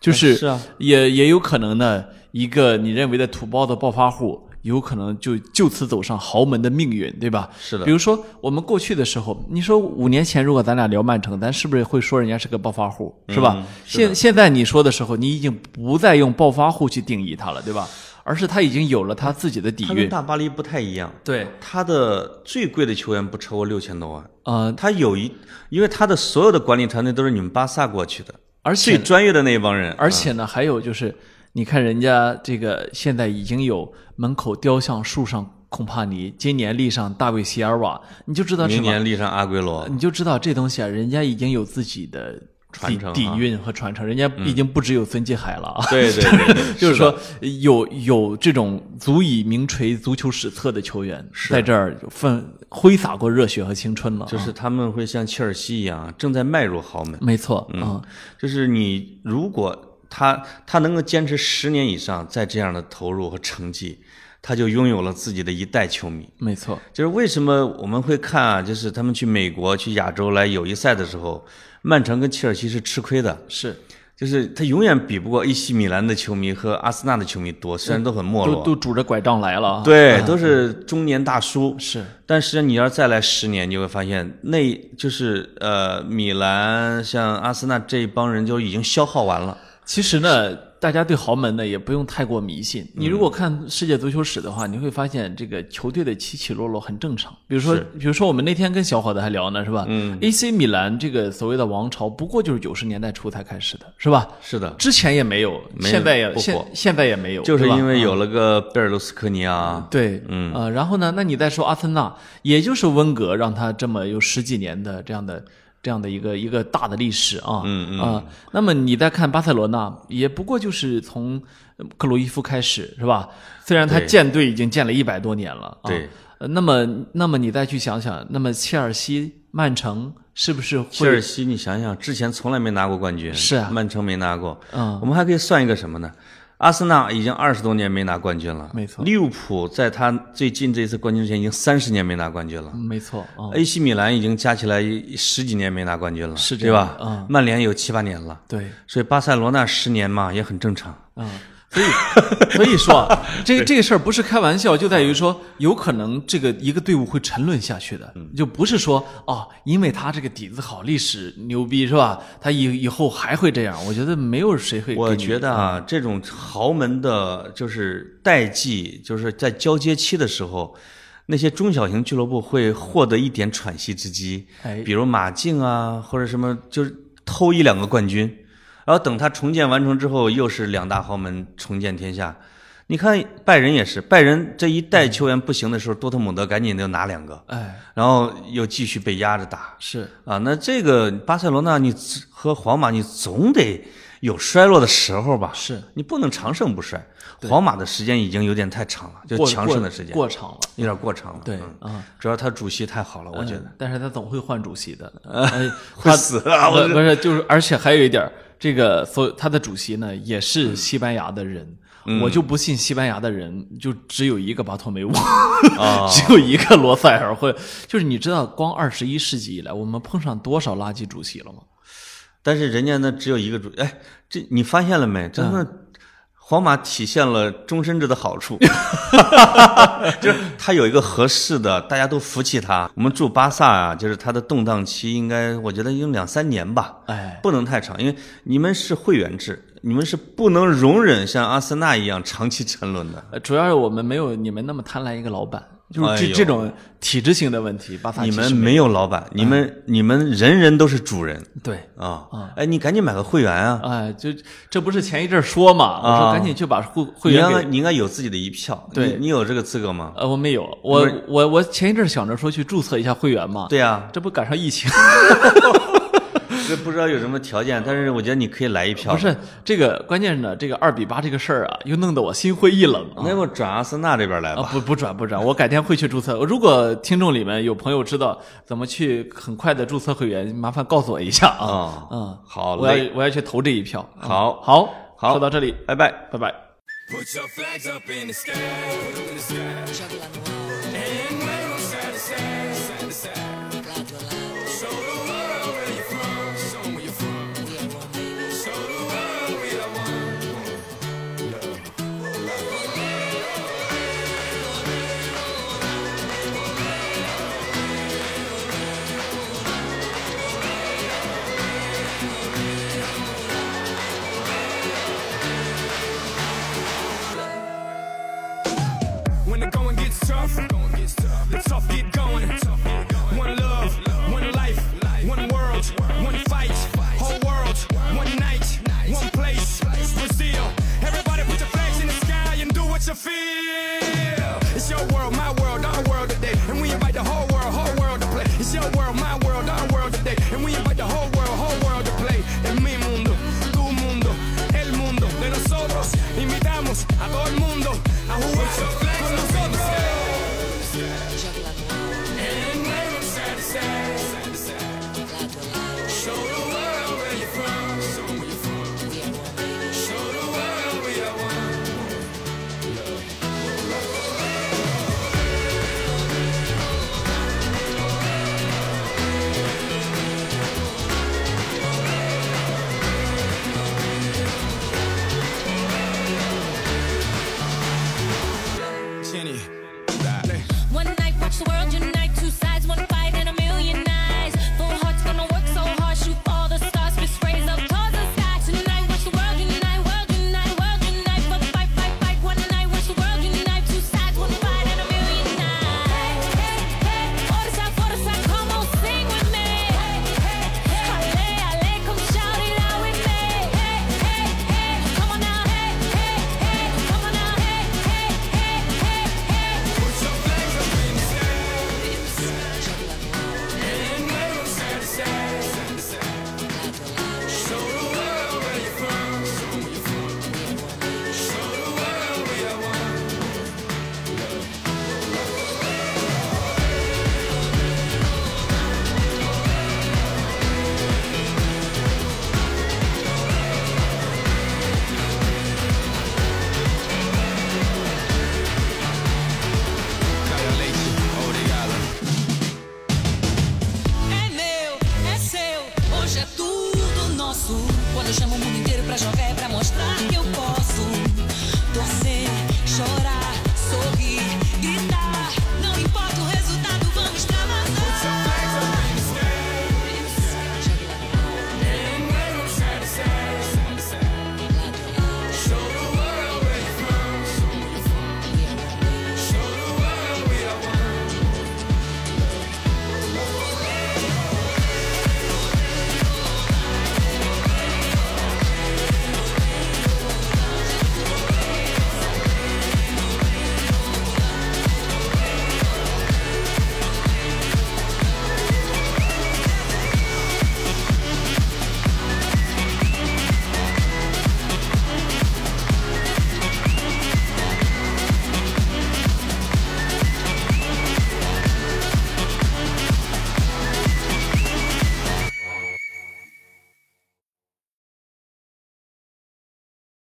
[SPEAKER 2] 就是
[SPEAKER 1] 是啊
[SPEAKER 2] 也也有可能呢，一个你认为的土包子暴发户。有可能就就此走上豪门的命运，对吧？
[SPEAKER 1] 是的
[SPEAKER 2] 比如说，我们过去的时候，你说五年前如果咱俩聊曼城，咱是不是会说人家是个暴发户，是吧？
[SPEAKER 1] 嗯
[SPEAKER 2] 现现在你说的时候，你已经不再用暴发户去定义他了，对吧？而是他已经有了他自己的底
[SPEAKER 1] 他跟
[SPEAKER 2] 蕴。
[SPEAKER 1] 大巴黎不太一样，
[SPEAKER 2] 对，
[SPEAKER 1] 他的最贵的球员不超过六千多万。
[SPEAKER 2] 呃，
[SPEAKER 1] 他有一，因为他的所有的管理团队都是你们巴萨过去的，
[SPEAKER 2] 而且
[SPEAKER 1] 最专业的那一帮人。
[SPEAKER 2] 而且呢，还有就是，你看人家这个现在已经有门口雕像树上孔帕尼，今年立上大卫席尔瓦，你就知道
[SPEAKER 1] 明
[SPEAKER 2] 什么，
[SPEAKER 1] 年立上阿圭 罗，
[SPEAKER 2] 你就知道这东西啊，人家已经有自己的
[SPEAKER 1] 传承啊嗯
[SPEAKER 2] 底底蕴和传承，人家已经不只有孙继海了啊。
[SPEAKER 1] 对对对 对，
[SPEAKER 2] 就是说，有有这种足以名垂足球史册的球员，在这儿奋挥洒过热血和青春了啊。
[SPEAKER 1] 就是他们会像切尔西一样，正在迈入豪门。
[SPEAKER 2] 没错，嗯，
[SPEAKER 1] 就是你如果他他能够坚持十年以上，在这样的投入和成绩，他就拥有了自己的一代球迷。
[SPEAKER 2] 没错，
[SPEAKER 1] 就是为什么我们会看啊，就是他们去美国、去亚洲来友谊赛的时候，曼城跟切尔西是吃亏的，
[SPEAKER 2] 是
[SPEAKER 1] 就是他永远比不过 AC 米兰的球迷和阿森纳的球迷多，虽然都很没
[SPEAKER 2] 都
[SPEAKER 1] 落，
[SPEAKER 2] 都拄着拐杖来了啊。
[SPEAKER 1] 对，都是中年大叔。
[SPEAKER 2] 是
[SPEAKER 1] 但是你要再来十年，你会发现那就是呃，米兰像阿森纳这一帮人就已经消耗完了。
[SPEAKER 2] 其实呢，大家对豪门呢也不用太过迷
[SPEAKER 1] 嗯
[SPEAKER 2] 信。你如果看世界足球史的话，你会发现这个球队的起起落落很正常。比如说，比如说我们那天跟小伙子还聊呢，是吧？嗯，AC 米兰这个所谓的王朝，不过就是九十年代初才开始的，是吧？
[SPEAKER 1] 是的，
[SPEAKER 2] 之前也没有，
[SPEAKER 1] 没有
[SPEAKER 2] 现在也
[SPEAKER 1] 不火
[SPEAKER 2] 现现在也没有，
[SPEAKER 1] 就是
[SPEAKER 2] 对吧嗯
[SPEAKER 1] 因为有了个贝尔卢斯科尼啊，
[SPEAKER 2] 对，嗯呃，然后呢，那你再说阿森纳，也就是温格让他这么有十几年的这样的这样的一个一个大的历史啊，嗯嗯啊、那么你再看巴塞罗那，也不过就是从呃克鲁伊夫开始是吧？虽然他
[SPEAKER 1] 对
[SPEAKER 2] 建队已经建了一百多年了，啊、
[SPEAKER 1] 对
[SPEAKER 2] 呃那么那么你再去想想，那么切尔西、曼城是不是
[SPEAKER 1] 切
[SPEAKER 2] 会
[SPEAKER 1] 尔西，你想想，之前从来没拿过冠军，
[SPEAKER 2] 是啊
[SPEAKER 1] 曼城没拿过，
[SPEAKER 2] 嗯，
[SPEAKER 1] 我们还可以算一个什么呢？阿森纳已经二十多年没拿冠军了，
[SPEAKER 2] 没错
[SPEAKER 1] 利物浦在他最近这次冠军之前已经三十年没拿冠军了。
[SPEAKER 2] 没错啊，
[SPEAKER 1] AC 米兰已经加起来十几年没拿冠军了，
[SPEAKER 2] 是这
[SPEAKER 1] 对
[SPEAKER 2] 样
[SPEAKER 1] 吧？
[SPEAKER 2] 嗯
[SPEAKER 1] 曼联有七八年了，
[SPEAKER 2] 对
[SPEAKER 1] 所以巴塞罗那十年嘛也很正常。
[SPEAKER 2] 啊。所以，所以说啊， 这这个事儿不是开玩笑，就在于说，有可能这个一个队伍会沉沦下去的，
[SPEAKER 1] 嗯
[SPEAKER 2] 就不是说哦，因为他这个底子好，历史牛逼是吧？他以以后还会这样，我觉得没有谁会给你。嗯
[SPEAKER 1] 我觉得啊，这种豪门的，就是代际，就是在交接期的时候，那些中小型俱乐部会获得一点喘息之机，
[SPEAKER 2] 哎
[SPEAKER 1] 比如马竞啊，或者什么，就是偷一两个冠军，然后等他重建完成之后，又是两大豪门重见天下。你看拜仁也是，拜仁这一代球员不行的时候，多特蒙德赶紧就拿两个，
[SPEAKER 2] 哎，
[SPEAKER 1] 然后又继续被压着打，
[SPEAKER 2] 是
[SPEAKER 1] 啊，那这个巴塞罗那你和皇马你总得有衰落的时候吧？
[SPEAKER 2] 是，
[SPEAKER 1] 你不能长盛不衰。皇马的时间已经有点太长了，就
[SPEAKER 2] 过
[SPEAKER 1] 强盛的时间
[SPEAKER 2] 过过场了，
[SPEAKER 1] 有点过长了。
[SPEAKER 2] 对
[SPEAKER 1] 嗯
[SPEAKER 2] 啊，嗯
[SPEAKER 1] 主要他主席太好了，我觉得。
[SPEAKER 2] 但是他总会换 主席的，哎
[SPEAKER 1] 会死啊
[SPEAKER 2] 不不是，就是，而且还有一点儿，这个所他的主席呢也
[SPEAKER 1] 嗯
[SPEAKER 2] 是西班牙的人，我就不信西班牙的人就只有一个巴托梅乌，
[SPEAKER 1] 啊
[SPEAKER 2] 只有一个罗塞尔，或者就是你知道，光二十一世纪以来，我们碰上多少垃圾主席了吗？
[SPEAKER 1] 但是人家那只有一个主，哎，这你发现了没？真的，
[SPEAKER 2] 嗯
[SPEAKER 1] 皇马体现了终身制的好 处，就是他有一个合适的，大家都服气他。我们住巴萨啊，就是他的动荡期应该，我觉得有两三年吧。
[SPEAKER 2] 哎，
[SPEAKER 1] 不能太长，因为你们是会员制，你们是不能容忍像阿森纳一样长期沉沦的。
[SPEAKER 2] 呃主要是我们没有你们那么贪婪一个老板，就是
[SPEAKER 1] 哎
[SPEAKER 2] 这、
[SPEAKER 1] 呦
[SPEAKER 2] 这种体制性的问题，巴萨
[SPEAKER 1] 你
[SPEAKER 2] 啊其实
[SPEAKER 1] 们
[SPEAKER 2] 没哎
[SPEAKER 1] 没有老板，你们你们人人都是主人
[SPEAKER 2] 对。
[SPEAKER 1] 啊！哎，你赶紧买个会员啊！
[SPEAKER 2] 哎，就这不是前一阵儿说嘛，我说
[SPEAKER 1] 啊
[SPEAKER 2] 赶紧去把会会
[SPEAKER 1] 你
[SPEAKER 2] 员
[SPEAKER 1] 应
[SPEAKER 2] 给
[SPEAKER 1] 该你应该有自己的一票，
[SPEAKER 2] 对
[SPEAKER 1] 你你有这个资格吗？
[SPEAKER 2] 呃，我没有，我我我前一阵儿想着说去注册一下会员嘛，
[SPEAKER 1] 对呀，
[SPEAKER 2] 这不赶上 疫情，
[SPEAKER 1] 这不知道有什么条件，但是我觉得你可以来一票。
[SPEAKER 2] 不，是这个，关键是呢，这个二比八这个事儿啊，又弄得我心灰意冷啊。
[SPEAKER 1] 那我转阿森纳这边来
[SPEAKER 2] 啊，
[SPEAKER 1] 吧。
[SPEAKER 2] 不不转不转，我改天会去注册。如果听众里面有朋友知道怎么去很快的注册会员，麻烦告诉我一下啊。
[SPEAKER 1] 啊，
[SPEAKER 2] 嗯，
[SPEAKER 1] 好
[SPEAKER 2] 我
[SPEAKER 1] 嘞，
[SPEAKER 2] 要我要去投这一票。
[SPEAKER 1] 好，
[SPEAKER 2] 好，
[SPEAKER 1] 好
[SPEAKER 2] 说到这里，
[SPEAKER 1] 拜拜。
[SPEAKER 2] 拜拜。
[SPEAKER 3] Put your flags up in the sky, put 'em in the sky,
[SPEAKER 4] Juggle and roll,
[SPEAKER 3] and wave 'em side to side, side to side.
[SPEAKER 4] glad we're alive.
[SPEAKER 3] Show the world where you're from, show 'em where you're from.
[SPEAKER 4] We are one baby.
[SPEAKER 3] Show the world we are one. When the going gets tough, the tough get going. One love, one life, one world, one fight, whole world, one night, one place, Brazil. Everybody put your flags in the sky and do what you feel. It's your world, my world, our world today, and we invite the whole world, whole world to play. It's your world, my world, our world today, and we invite the whole world, whole world to play. En mi mundo, tu mundo, el mundo de nosotros. Invitamos a todo el mundo a jugar con nosotros.
[SPEAKER 4] Juggle and roll,
[SPEAKER 3] And wave 'em side to side,